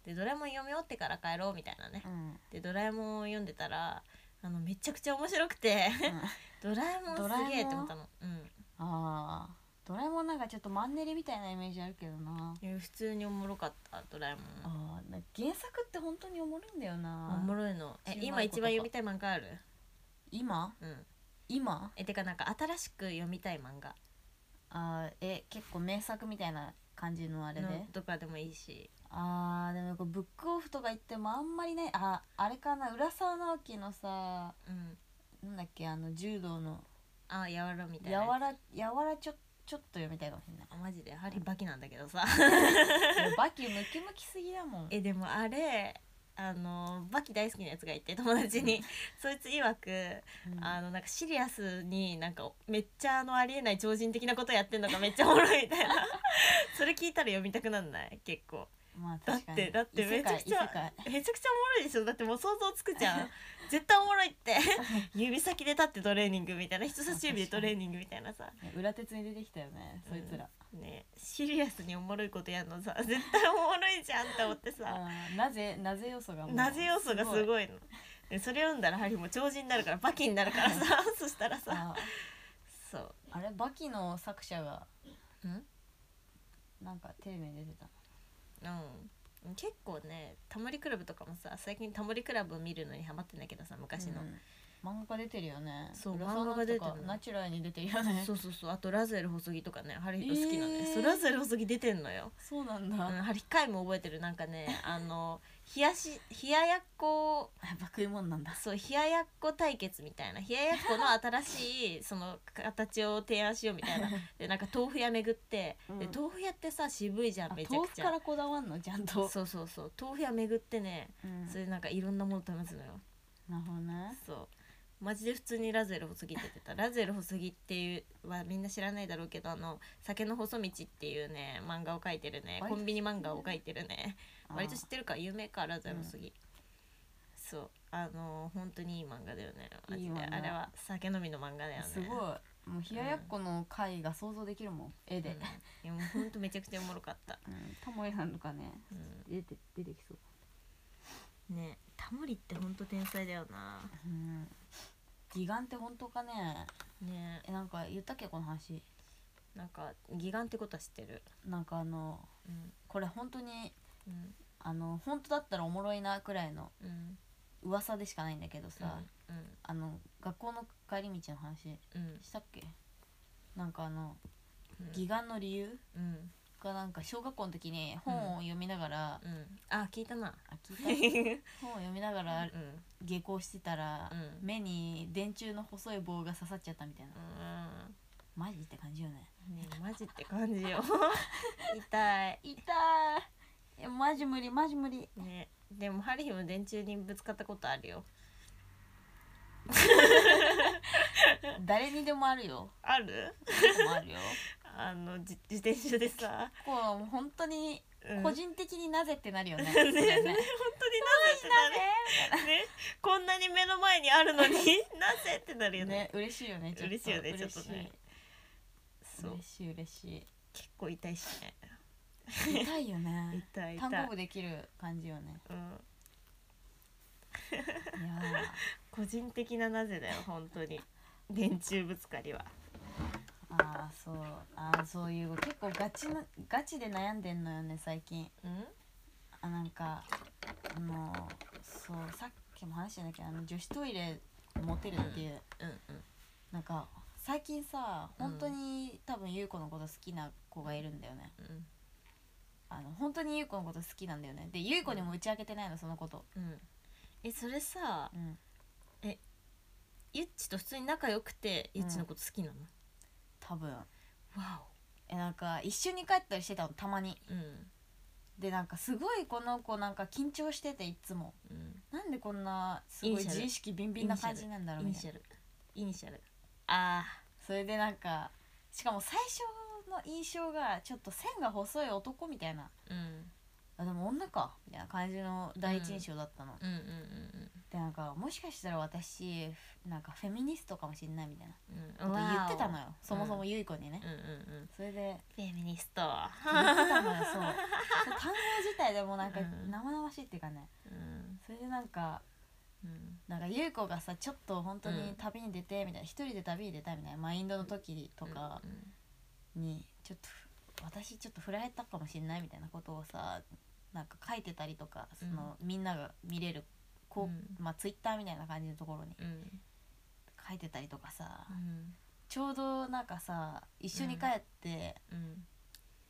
Speaker 1: でドラえもん読み終わってから帰ろうみたいなね
Speaker 2: うん
Speaker 1: でドラえもんを読んでたらあのめちゃくちゃ面白くて ドラえもん
Speaker 2: ドラえもん
Speaker 1: すげえって思ったのうん
Speaker 2: あードラえもんなんかちょっとマンネリみたいなイメージあるけどない
Speaker 1: や普通におもろかったドラえもん
Speaker 2: あーなんか原作って本当におもろいんだよ
Speaker 1: お
Speaker 2: な
Speaker 1: もろいのえ
Speaker 2: ちびま
Speaker 1: 今
Speaker 2: る
Speaker 1: 一番読
Speaker 2: 子とか
Speaker 1: みたい漫画ある
Speaker 2: 今
Speaker 1: うん
Speaker 2: 今
Speaker 1: えてかなんか新しく読みたい漫画
Speaker 2: あーえ結構名作みたいな感じのあれで、
Speaker 1: のとかでもいいし
Speaker 2: あーでもこうブックオフとか行ってもあんまりないああれかな浦沢直樹のさ
Speaker 1: うん
Speaker 2: なんだっけあの柔道の
Speaker 1: あやわらみたい
Speaker 2: や
Speaker 1: なや
Speaker 2: わらやわらちょちょっと読みたいかもしれない
Speaker 1: つあマジでハリバキなんだけど さ
Speaker 2: いやバキムキムキすぎだもん
Speaker 1: えでもあれあのバキ大好きなやつがいて友達にそいつ曰く
Speaker 2: うん
Speaker 1: あのなんかシリアスになんかめっちゃあのありえない超人的なことやってんのがめっちゃおもろいみたいな それ聞いたら読みたくなんない結構
Speaker 2: まあ
Speaker 1: だっ
Speaker 2: 確かに
Speaker 1: てだって
Speaker 2: 異
Speaker 1: め
Speaker 2: 世
Speaker 1: ちゃ
Speaker 2: 界
Speaker 1: くちゃ
Speaker 2: 異世界
Speaker 1: めちゃくちゃおもろいでしょだってもう想像つくじ ゃん絶対おもろいって 指先で立ってトレーニングみたいな人差し指でトレーニングみたいなさ
Speaker 2: 裏鉄に出てきたよねそいつら、
Speaker 1: ねシリアスにおもろいことやるのさ絶対おもろいじゃんって思ってさ
Speaker 2: あーなぜなぜ要素がもう
Speaker 1: なぜ要素がす
Speaker 2: い
Speaker 1: ごいのでそれ読んだらハリーも超人になるからバキになるからさそしたらさ
Speaker 2: あ
Speaker 1: そう
Speaker 2: ーあれバキの作者が
Speaker 1: うん
Speaker 2: なんかテレビに出てた
Speaker 1: うん、結構ね「タモリクラブ」とかもさ最近「タモリクラブ」を見るのにハマってんだけどさ昔の、
Speaker 2: うん漫画家出てるよね
Speaker 1: そう
Speaker 2: 浦沢
Speaker 1: 漫画家出てる
Speaker 2: 直樹とかナチュラルに出てるよね
Speaker 1: そうそうそうあとラズエル細木とかねハリーと好きなのよ
Speaker 2: えー
Speaker 1: そうラズエル細木出てんのよ、
Speaker 2: そうなん
Speaker 1: う
Speaker 2: だ、
Speaker 1: ん、ハリー回も覚えてるなんかねあの冷やし冷ややっこ
Speaker 2: やっぱ食い物なんだ
Speaker 1: そう冷ややっこ対決みたいな冷ややっこの新しいその形を提案しようみたいなでなんか豆腐屋巡って、で
Speaker 2: うん
Speaker 1: 豆腐屋ってさ渋いじゃん
Speaker 2: あ
Speaker 1: めちゃ
Speaker 2: 豆
Speaker 1: く
Speaker 2: 腐
Speaker 1: ち
Speaker 2: か
Speaker 1: ゃ
Speaker 2: らこだわんのちゃんと
Speaker 1: そうそうそう豆腐屋巡ってね、
Speaker 2: うん
Speaker 1: それでなんかいろんなもの試すのよ
Speaker 2: なるほどね
Speaker 1: そうマジで普通にラズエル細木って出てたラズエル細木っていうはみんな知らないだろうけどあの「酒の細道」っていうね漫画を描いてるね
Speaker 2: 割
Speaker 1: コ
Speaker 2: と
Speaker 1: ンビニ漫画を描いてるね
Speaker 2: あー
Speaker 1: 割と知ってるから有名かラズエル細木、そうあのー本当にいい漫画だよねマジ
Speaker 2: いい
Speaker 1: で
Speaker 2: 漫画
Speaker 1: あれは酒飲みの漫画だよね
Speaker 2: すごいもう冷ややっこの回が想像できるもん絵
Speaker 1: うん
Speaker 2: で
Speaker 1: い、やもうほんとめちゃくちゃおもろかった、
Speaker 2: うん、タモリさんとかね
Speaker 1: うん、
Speaker 2: 出て出てきそう
Speaker 1: ねタモリってほんと天才だよな
Speaker 2: うん義眼って本当かね
Speaker 1: ね
Speaker 2: えなんか言ったっけこの話
Speaker 1: なんか義眼ってことは知ってる
Speaker 2: なんかあの
Speaker 1: うん
Speaker 2: これ本当に
Speaker 1: うん
Speaker 2: あの本当だったらおもろいなくらいの
Speaker 1: うん
Speaker 2: 噂でしかないんだけどさ、
Speaker 1: うん
Speaker 2: あの学校の帰り道の話
Speaker 1: うん
Speaker 2: したっけなんかあの
Speaker 1: うん
Speaker 2: 義眼の理由
Speaker 1: うん
Speaker 2: がなんか小学校の時に本を読みながら、
Speaker 1: うんあ聞いた な
Speaker 2: あ聞
Speaker 1: う
Speaker 2: い
Speaker 1: ん
Speaker 2: た本を読みながら
Speaker 1: うん
Speaker 2: 下校してたら、
Speaker 1: うん
Speaker 2: 目に電柱の細い棒が刺さっちゃったみたいな、マジって感じよね
Speaker 1: ねえマジって感 じよ痛い
Speaker 2: 痛いいやマジ無理マジ無理
Speaker 1: ねでもハリーも電柱にぶつかったことあるよ
Speaker 2: 誰にでもあるよ
Speaker 1: ある
Speaker 2: 誰にでもあるよ
Speaker 1: あの自自転車でさ、
Speaker 2: こうもう本当に
Speaker 1: うん
Speaker 2: 個 人的になぜってなるよね。
Speaker 1: ねね本当になぜってなるねこんなに目の前にある のになぜってなるよね
Speaker 2: ね、嬉しいよね。ちょっと
Speaker 1: 嬉しいよねちょっとね
Speaker 2: 嬉しい
Speaker 1: そう
Speaker 2: 嬉しい嬉し
Speaker 1: 結構痛いしね
Speaker 2: い。痛いよね。
Speaker 1: 痛い痛
Speaker 2: 単
Speaker 1: い
Speaker 2: 語部できる感じよね。
Speaker 1: うん、
Speaker 2: いや
Speaker 1: 個人的ななぜだよ本当に電柱ぶつかりは
Speaker 2: ー、ああそう、ああそういう結構ガチなガチで悩んでんのよね最近。
Speaker 1: うん
Speaker 2: あなんかあのそうさっきも話したんだけどあの女子トイレモテるっていう、
Speaker 1: うんうん
Speaker 2: なんか最近さ
Speaker 1: うん
Speaker 2: 本当に、多分優子のこと好きな子がいるんだよね。
Speaker 1: うん
Speaker 2: あの本当に優子のこと好きなんだよねで優子にも打ち明けてないのそのこと、
Speaker 1: うんえそれさ
Speaker 2: うん、
Speaker 1: ゆっちと普通に仲良くてゆっちのこと好きなの、
Speaker 2: 多分
Speaker 1: わ
Speaker 2: えなんか一緒に帰ったりしてたのたまに
Speaker 1: おうん
Speaker 2: でなんかすごいこの子なんか緊張してていつも
Speaker 1: うん
Speaker 2: なんでこんなすご
Speaker 1: イニ
Speaker 2: い
Speaker 1: シャル
Speaker 2: 自意識ビンビンな感じなんだろ
Speaker 1: イ
Speaker 2: うみ
Speaker 1: ニ
Speaker 2: た
Speaker 1: シ
Speaker 2: いな
Speaker 1: ャルイニシャルあ
Speaker 2: それでなんかしかも最初の印象がちょっと線が細い男みたいな
Speaker 1: ーうん
Speaker 2: あでも女かみたいな感じの第一印象だったの、
Speaker 1: うんうん
Speaker 2: でなんかもしかしたら私なんかフェミニストかもしれないみたいな
Speaker 1: うんうん
Speaker 2: こと言ってたの
Speaker 1: よ
Speaker 2: よそもそも優子にね、
Speaker 1: うんうんうん
Speaker 2: それで
Speaker 1: フェミニスト
Speaker 2: 言ってたのよそうそう単語自体でもなんか
Speaker 1: うん
Speaker 2: 生々しいっていうかね
Speaker 1: うん
Speaker 2: それでなんか
Speaker 1: うん
Speaker 2: なんか優子がさちょっと本当
Speaker 1: うん
Speaker 2: に旅に出てみたいな一人で旅に出たみたいなマインドの時とか
Speaker 1: うん
Speaker 2: にちょっと私ちょっと振られたかもしれないみたいなことをさなんか書いてたりとかその、みんなが見れるこう、まあツイッターみたいな感じのところに
Speaker 1: うん
Speaker 2: 書いてたりとかさ、
Speaker 1: うん
Speaker 2: ちょうどなんかさ一緒に帰って、
Speaker 1: うん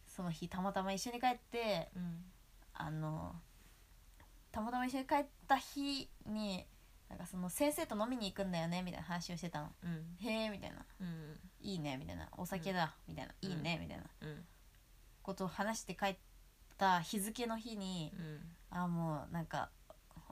Speaker 2: その日たまたま一緒に帰って
Speaker 1: うん
Speaker 2: あのたまたま一緒に帰った日になんかその先生と飲みに行くんだよねみたいな話をしてたの
Speaker 1: うん
Speaker 2: 「へえ」みたいな
Speaker 1: うん
Speaker 2: 「いいね」みたいな「お酒だ」みたいな「
Speaker 1: うん
Speaker 2: いいね」みたいな
Speaker 1: うん
Speaker 2: ことを話して帰った日付の日に
Speaker 1: うん
Speaker 2: あもうなんか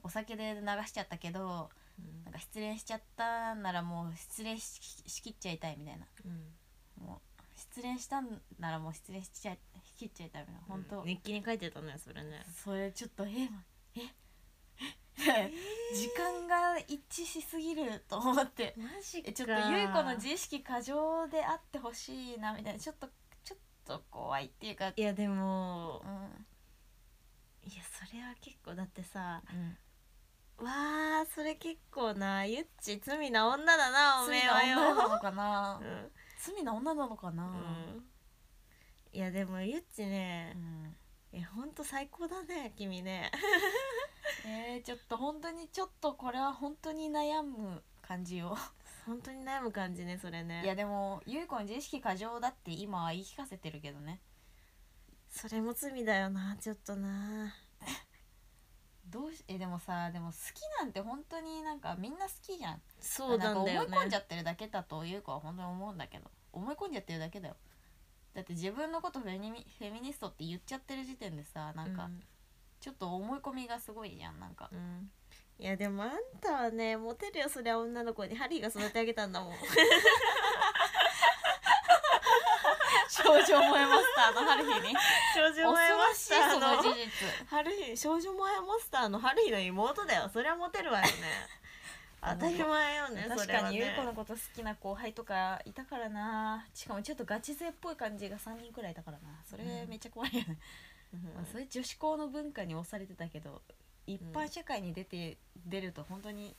Speaker 2: お酒で流しちゃったけど
Speaker 1: うん
Speaker 2: なんか失恋しちゃったならもう失恋ししきっちゃいたいみたいな
Speaker 1: うん
Speaker 2: もう失恋したんならもう失恋しちゃいしきっちゃいたいみたいな本当、
Speaker 1: 日記に書いてたねそれね
Speaker 2: それちょっとえええ時間が一致しすぎると思って
Speaker 1: マジ
Speaker 2: えちょっと優子の自意識過剰であってほしいなみたいなちょっとちょっと怖いっていうか
Speaker 1: いやでも
Speaker 2: うん
Speaker 1: いやそれは結構だってさ
Speaker 2: うん
Speaker 1: わあそれ結構なゆっち罪な女だなおめえは
Speaker 2: 罪な女な
Speaker 1: よ
Speaker 2: のかな
Speaker 1: うん
Speaker 2: 罪な女なのかな
Speaker 1: うんいやでもゆっちね
Speaker 2: うん
Speaker 1: えほんと最高だね君ね
Speaker 2: えーちょっと本当にちょっとこれは本当に悩む感じよ
Speaker 1: 本当に悩む感じねそれね
Speaker 2: いやでも優子の自意識過剰だって今は言い聞かせてるけどね
Speaker 1: それも罪だよなちょっとな
Speaker 2: どうしえでもさでも好きなんて本当になんかみんな好きじゃん
Speaker 1: そうなんだよ
Speaker 2: か思い込んじゃ
Speaker 1: ね
Speaker 2: ってるだけだと優子は本当に思うんだけど思い込んじゃってるだけだよだって自分のことフェミニフェミニストって言っちゃってる時点でさなんかちょっと思い込みがすごいじゃんなんか
Speaker 1: うん、うんいやでもあんたはねモテるよそりゃ女の子にハリーが育てあげたんだもん
Speaker 2: 少女萌えマスターの春日に
Speaker 1: 少女
Speaker 2: 恐ろ
Speaker 1: 萌えマ
Speaker 2: しい
Speaker 1: スタ
Speaker 2: そ
Speaker 1: ー
Speaker 2: の事
Speaker 1: の
Speaker 2: 実
Speaker 1: ハリー少女萌えマスターのハリーの妹だよそりゃモテ るわよね当たり前よねそ
Speaker 2: 確
Speaker 1: れ
Speaker 2: か
Speaker 1: は
Speaker 2: に優
Speaker 1: ね
Speaker 2: 子のこと好きな後輩とかいたからなしかもちょっとガチ勢っぽい感じが3人くらいいたからなそれ
Speaker 1: うん
Speaker 2: めっちゃ怖いよね、
Speaker 1: うん
Speaker 2: まあ、それ女子校の文化に押されてたけ ど一般社会に出て、出ると本当に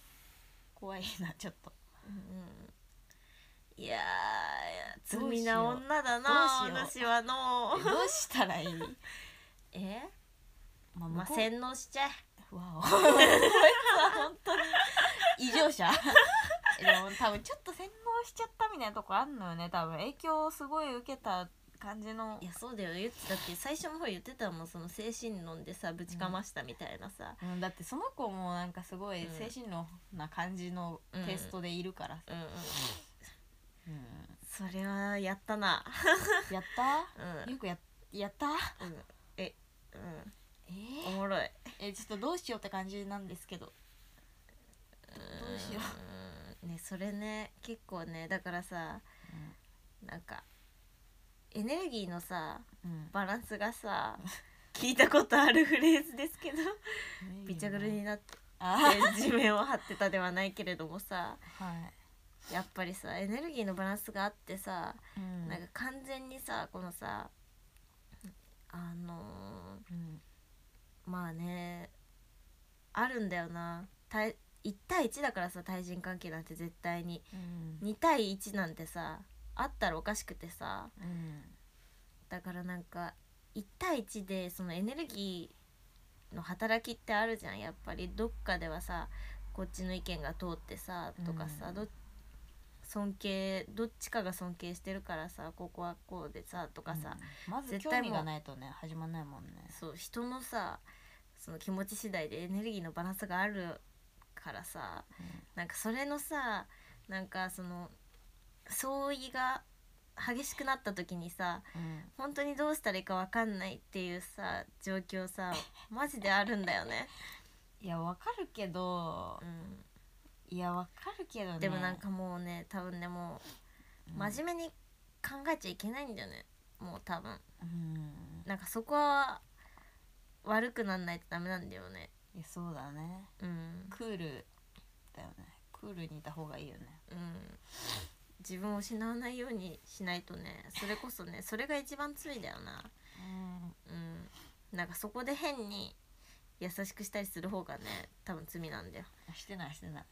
Speaker 2: 怖いなちょっと
Speaker 1: いやー
Speaker 2: どう
Speaker 1: 罪
Speaker 2: し
Speaker 1: な
Speaker 2: よう
Speaker 1: 女だな
Speaker 2: どうし
Speaker 1: 私はの
Speaker 2: えどうしたらいい
Speaker 1: え
Speaker 2: まあ
Speaker 1: まあ
Speaker 2: 向こう
Speaker 1: 洗脳し ちゃえ
Speaker 2: わ おこいつは本当に異常者 でも多分ちょっと洗脳しちゃったみたいなとこあんのよね多分影響をすごい受けた感じの
Speaker 1: いやそうだよ言ってたって最初の方言ってたもんその精神論でさぶちかましたみたいなさ、
Speaker 2: うん、だってその子もなんかすごい
Speaker 1: うん
Speaker 2: 精神論な感じのテイストでいるからさ、
Speaker 1: うん、うん
Speaker 2: うん
Speaker 1: それはやったな
Speaker 2: やった
Speaker 1: うん
Speaker 2: ゆうこややった
Speaker 1: うんえうん
Speaker 2: え
Speaker 1: お
Speaker 2: ー
Speaker 1: もろい
Speaker 2: えちょっとどうしようって感じなんですけどどうしよ
Speaker 1: うんねそれね結構ねだからさなんかエネルギーのさ
Speaker 2: う、うん
Speaker 1: バランスがさ聞いたことあるフレーズですけどびちゃぐるになって
Speaker 2: あ
Speaker 1: 地面を張ってたではないけれどもさ
Speaker 2: はい、
Speaker 1: やっぱりさエネルギーのバランスがあってさ、
Speaker 2: うん
Speaker 1: なんか完全にさこのさあの
Speaker 2: うん
Speaker 1: ーまあねあるんだよな対1対1だからさ対人関係なんて絶対に
Speaker 2: うん
Speaker 1: 2対1なんてさあったらおかしくてさ
Speaker 2: うん
Speaker 1: だからなんか1対1でそのエネルギーの働きってあるじゃんやっぱりどっかではさこっちの意見が通ってさとかさ、
Speaker 2: うん
Speaker 1: ど尊敬どっちかが尊敬してるからさここはこうでさとかさ、
Speaker 2: うんまず
Speaker 1: 絶
Speaker 2: 興
Speaker 1: 対
Speaker 2: 味
Speaker 1: もう
Speaker 2: がないとね始まんないもんね
Speaker 1: そう人のさその気持ち次第でエネルギーのバランスがあるからさなんかそれのさなんかその相違が激しくなった時にさ
Speaker 2: うん
Speaker 1: 本当にどうしたらいいかわかんないっていうさ状況さマジであるんだよね、
Speaker 2: いやわかるけど
Speaker 1: う
Speaker 2: いやわかるけどね
Speaker 1: ん、でもなんかもうね多分ねも
Speaker 2: うん
Speaker 1: う真面目に考えちゃいけないんだよねもう多分
Speaker 2: うん
Speaker 1: なんかそこは悪くなんないとダメなんだよね
Speaker 2: いやそうだね
Speaker 1: うん、
Speaker 2: クールだよねクールにいた方がいいよね
Speaker 1: うん、自分を失わないようにしないとねそれこそねそれが一番罪だよな
Speaker 2: うん
Speaker 1: うんなんかそこで変に優しくしたりする方がね多分罪なんだよ
Speaker 2: してないしてない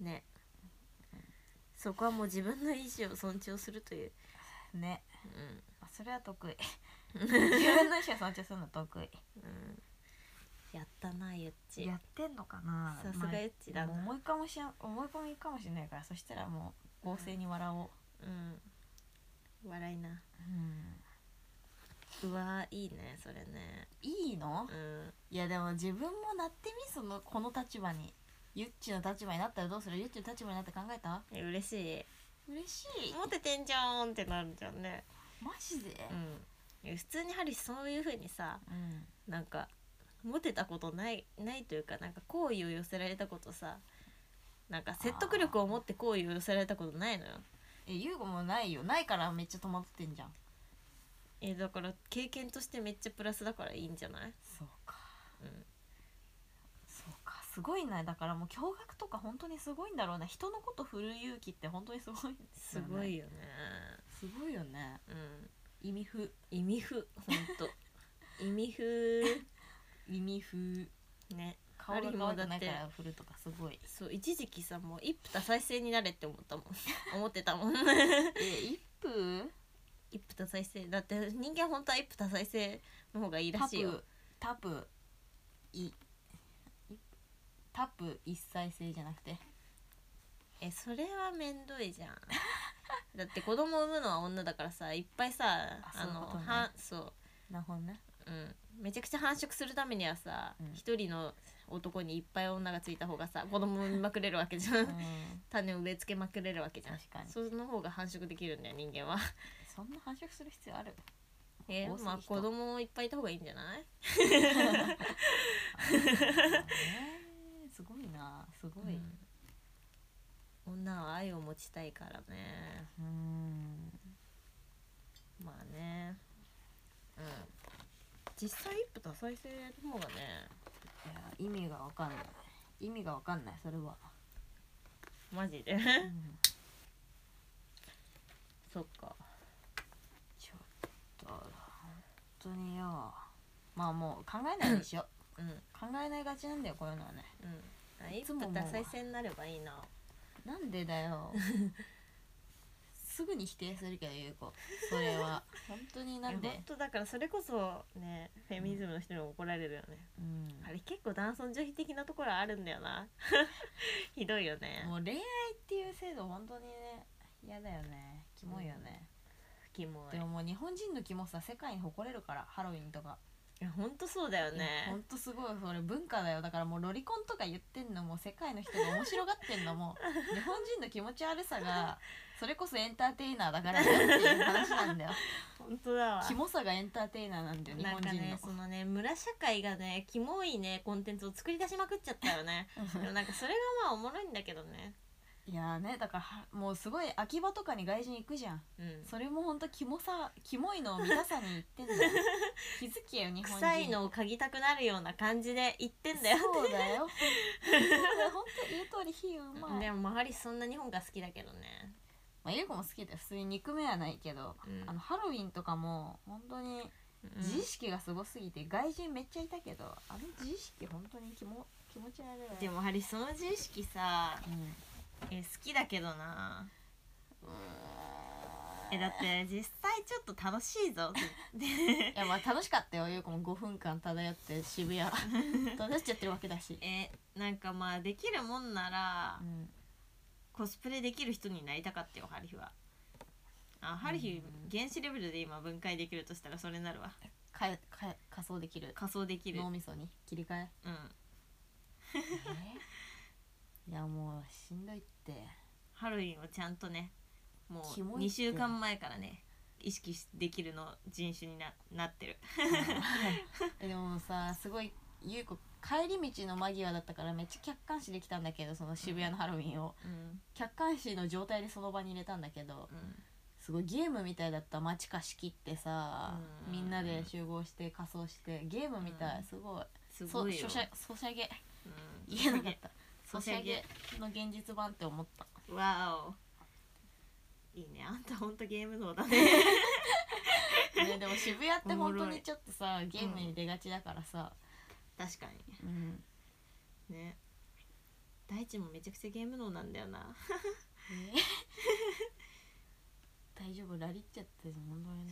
Speaker 1: うんねそこはもう自分の意思を尊重するという、
Speaker 2: ね
Speaker 1: うん
Speaker 2: あそれは得意自分の意思を尊重するの得意
Speaker 1: うん、やったなゆっち
Speaker 2: やってんのかな
Speaker 1: さすがエッチだな
Speaker 2: まあ思いかもしん思い込みかもしれないからそしたらもう合成に笑おう、
Speaker 1: うん笑いな
Speaker 2: うん
Speaker 1: うわーいいねそれね
Speaker 2: いいの
Speaker 1: うん
Speaker 2: いやでも自分もなってみそのこの立場にゆっちの立場になったらどうするゆっちの立場になって考えた
Speaker 1: え嬉し
Speaker 2: 嬉し
Speaker 1: い
Speaker 2: い
Speaker 1: モテてんじゃんってなるじゃんね
Speaker 2: マジで、
Speaker 1: うんえ普通にハリーそういう風にさ
Speaker 2: うん
Speaker 1: なんかモテたことないないというかなんか好意を寄せられたことさなんか説得力を持って好意を寄せられたことないのよ
Speaker 2: えゆうごもないよないからめっちゃ戸惑ってんじゃん
Speaker 1: えだから経験としてめっちゃプラスだからいいんじゃない、
Speaker 2: そうか
Speaker 1: うん、
Speaker 2: そうかすごいなだからもう驚愕とか本当にすごいんだろうな人のこと振る勇気って本当にすごいんだよね、
Speaker 1: すごいよね
Speaker 2: すごいよね
Speaker 1: う
Speaker 2: 意味不
Speaker 1: ん意味不ほんと意味不
Speaker 2: 意味不
Speaker 1: ね
Speaker 2: 顔が可愛くないから振るとかすごい
Speaker 1: そう一時期さもう一夫多妻制になれって思ったもん思ってたもん
Speaker 2: え一夫
Speaker 1: 一夫多妻制だって人間本当は一夫多妻制の方がいいら
Speaker 2: タ
Speaker 1: しいよ
Speaker 2: プタプいいタプ一妻制じゃなくて
Speaker 1: えそれはめんどいじゃん だって子供産むのは女だからさいっぱいさ
Speaker 2: あ
Speaker 1: あの
Speaker 2: そういうことね
Speaker 1: はそう
Speaker 2: なるほど ね
Speaker 1: うんめちゃくちゃ繁殖するためにはさ
Speaker 2: うん
Speaker 1: 一、人の男にいっぱい女がついた方がさ子供産みまくれるわけじゃ
Speaker 2: うん
Speaker 1: ん 種を植え付けまくれるわけじゃん
Speaker 2: 確かに
Speaker 1: その方が繁殖できるんだよ人間は
Speaker 2: そんな繁殖する必要あ る
Speaker 1: え
Speaker 2: 多すぎ
Speaker 1: まあ
Speaker 2: 人
Speaker 1: 子供いっぱいいた方がいいんじゃない
Speaker 2: えーすごいなすごい
Speaker 1: うん女は愛を持ちたいからね
Speaker 2: うん
Speaker 1: まあねうん実際一夫多妻制の方がね
Speaker 2: いや意味がわかんない意味がわかんないそれは、
Speaker 1: マジ で
Speaker 2: うん
Speaker 1: そっか
Speaker 2: ちょっと本当によまあもう考えないでしょ
Speaker 1: うんうん
Speaker 2: 考えないがちなんだよこういうのはね
Speaker 1: 一
Speaker 2: つ
Speaker 1: 夫
Speaker 2: も思うわ
Speaker 1: 多妻制になればいいな
Speaker 2: なんでだよすぐに否定するけどゆうこそれは本当になん
Speaker 1: いや
Speaker 2: で
Speaker 1: 本当だからそれこそねフェミニズムの人にも怒られるよね、
Speaker 2: うん
Speaker 1: あれ結構男尊女卑的なところあるんだよ なひどいよね
Speaker 2: もう恋愛っていう制度本当にね嫌だよねキモいよね、
Speaker 1: キモい
Speaker 2: でももう日本人のキモさ世界に誇れるからハロウィンとか
Speaker 1: いや本当そうだよね
Speaker 2: ほんとすごいそれ文化だよだからもうロリコンとか言ってんのも世界の人が面白がってんの も日本人の気持ち悪さがそれこそエンターテイナーだからだっていう話なんだよ
Speaker 1: 本当だわ
Speaker 2: キモさがエンターテイナーなんだよ日
Speaker 1: な
Speaker 2: 本
Speaker 1: ん
Speaker 2: 人
Speaker 1: か
Speaker 2: の、
Speaker 1: ねそのね村社会がねキモいねコンテンツを作り出しまくっちゃったよ ねでもなんかそれがまあおもろいんだけどね
Speaker 2: いやーねだからはもうすごい秋葉とかに外人行くじゃん
Speaker 1: うん
Speaker 2: それもほんとキモさキモいのを皆さんに言ってん だよ気づけよ日本人
Speaker 1: 臭いのを嗅ぎたくなるような感じで言ってんだよ
Speaker 2: そうだ よそうだよほんと言う通り火うまい
Speaker 1: でもまあハリスそんな日本が好きだけどね
Speaker 2: まあ、ゆうこも好きで普通に憎めはないけど、
Speaker 1: うん
Speaker 2: あのハロウィンとかも本当に自意識がすごすぎて外人めっちゃいたけどあの自意識本当に気も気持ち悪い
Speaker 1: でもハリスその自意識さ
Speaker 2: うん、
Speaker 1: え好きだけどなえだって実際ちょっと楽しいぞ
Speaker 2: いやまあ楽しかったよゆうこも5分間漂って 渋谷漂っちゃってるわけだし、
Speaker 1: えなんかまあできるもんなら
Speaker 2: うん、
Speaker 1: コスプレできる人になりたかったよハリヒはあハリヒ原子レベルで今分解できるとしたらそれになるわ
Speaker 2: かえかえ仮装できる
Speaker 1: 仮想できる
Speaker 2: 脳みそに切り替え
Speaker 1: うん
Speaker 2: え いやもうしんどいって
Speaker 1: ハロウィンをちゃんとねもう
Speaker 2: キモいって
Speaker 1: 2週間前からね意識しできるの人種にななってる
Speaker 2: えでもさすごい優子帰り道の間際だったからめっちゃ客観視できたんだけどその渋谷のハロウィンを、
Speaker 1: うん
Speaker 2: 客観視の状態でその場に入れたんだけど
Speaker 1: うん
Speaker 2: すごいゲームみたいだった街貸し切ってさ、
Speaker 1: うん
Speaker 2: みんなで集合して仮装してゲームみたい、
Speaker 1: うん
Speaker 2: すごい
Speaker 1: すごいよ
Speaker 2: そソシャソシャゲ
Speaker 1: うん
Speaker 2: 言えなかったソ
Speaker 1: ソ
Speaker 2: シ
Speaker 1: シ
Speaker 2: ャ
Speaker 1: ャ
Speaker 2: ゲ
Speaker 1: ゲ
Speaker 2: の現実版って思った
Speaker 1: わおいいねあんたほんとゲーム脳だね
Speaker 2: ねでも渋谷って本当
Speaker 1: おもろ
Speaker 2: に
Speaker 1: い
Speaker 2: ちょっとさゲームに出がちだからさ、
Speaker 1: 確か
Speaker 2: うん
Speaker 1: にね大地もめちゃくちゃゲーム脳なんだよな
Speaker 2: え 大丈夫ラリっちゃって本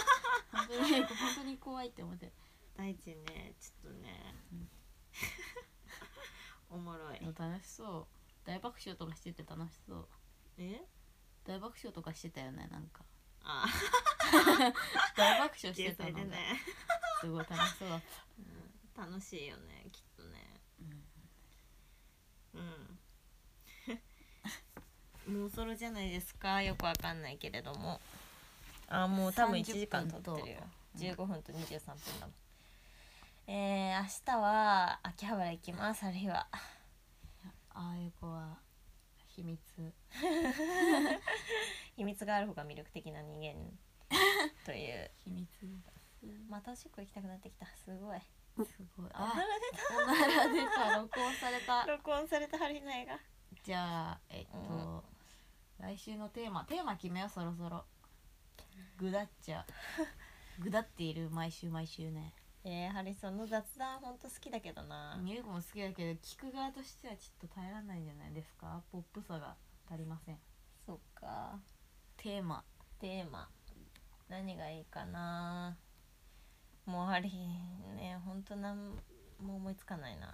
Speaker 2: 当に本当に本当に怖いって思って
Speaker 1: 大地ねちょっとね、 おもろい
Speaker 2: でも楽しそう大爆笑とかしてて楽しそう
Speaker 1: え
Speaker 2: 大爆笑とかしてたよねなんか
Speaker 1: ああ
Speaker 2: 大爆笑して
Speaker 1: 天
Speaker 2: た
Speaker 1: 才
Speaker 2: のが
Speaker 1: でね
Speaker 2: すごい楽しそうだ った、
Speaker 1: 楽しいよねきっとねうん もうそろじゃないですかよくわかんないけれどもあもう多分1
Speaker 2: 30
Speaker 1: 時間経ってるよ
Speaker 2: 分
Speaker 1: 15分と23分だもんえー、明日は秋葉原行きますあるいは
Speaker 2: ああいう子は秘密
Speaker 1: 秘密がある方が魅力的な人 間という
Speaker 2: 秘密
Speaker 1: またおしっこ行きたくなってきたすごい
Speaker 2: すごいあ おなら出た録音された
Speaker 1: 録音された春日苗が
Speaker 2: じゃあえっと、来週のテーマテーマ決めようそろそろぐだっちゃうぐだっている毎週毎週ね
Speaker 1: えー、ハリソンの雑談ほんと好きだけどな
Speaker 2: ニューコも好きだけど聞く側としてはちょっと耐えられないんじゃないですかポップさが足りません
Speaker 1: そっか
Speaker 2: テーマ
Speaker 1: テーマ何がいいかなもうハリーねほんとなんも思いつかないな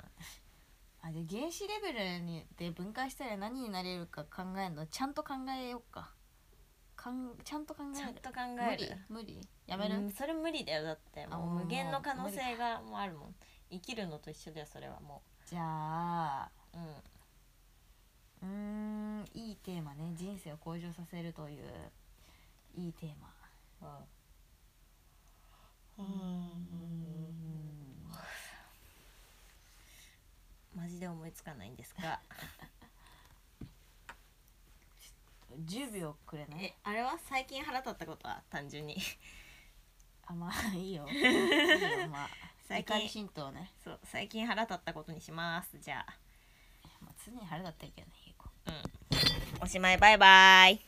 Speaker 2: あじゃあ原子レベルにで分解したら何になれるか考えるのちゃんと考えようかかんちゃんと考
Speaker 1: ちゃん
Speaker 2: える
Speaker 1: と考える
Speaker 2: 無理無理やめる、
Speaker 1: うんそれ無理だよだって
Speaker 2: あ
Speaker 1: も
Speaker 2: もう
Speaker 1: う無限の可能性がもうあるもん生きるのと一緒だよそれはも
Speaker 2: じゃあ
Speaker 1: ううん
Speaker 2: うーんいいテーマね人生を向上させるといういいテーマうん
Speaker 1: マジで思いつかないんですが
Speaker 2: 10秒くれない
Speaker 1: えあれは最近腹立ったことは単純に
Speaker 2: あまあい いよいいよまあ
Speaker 1: 最近
Speaker 2: 怒り浸透ね、
Speaker 1: そう最近腹立ったことにしますじゃあ
Speaker 2: まあ、常に晴れだったらいいけどねゆうこ
Speaker 1: おしまいバイバイ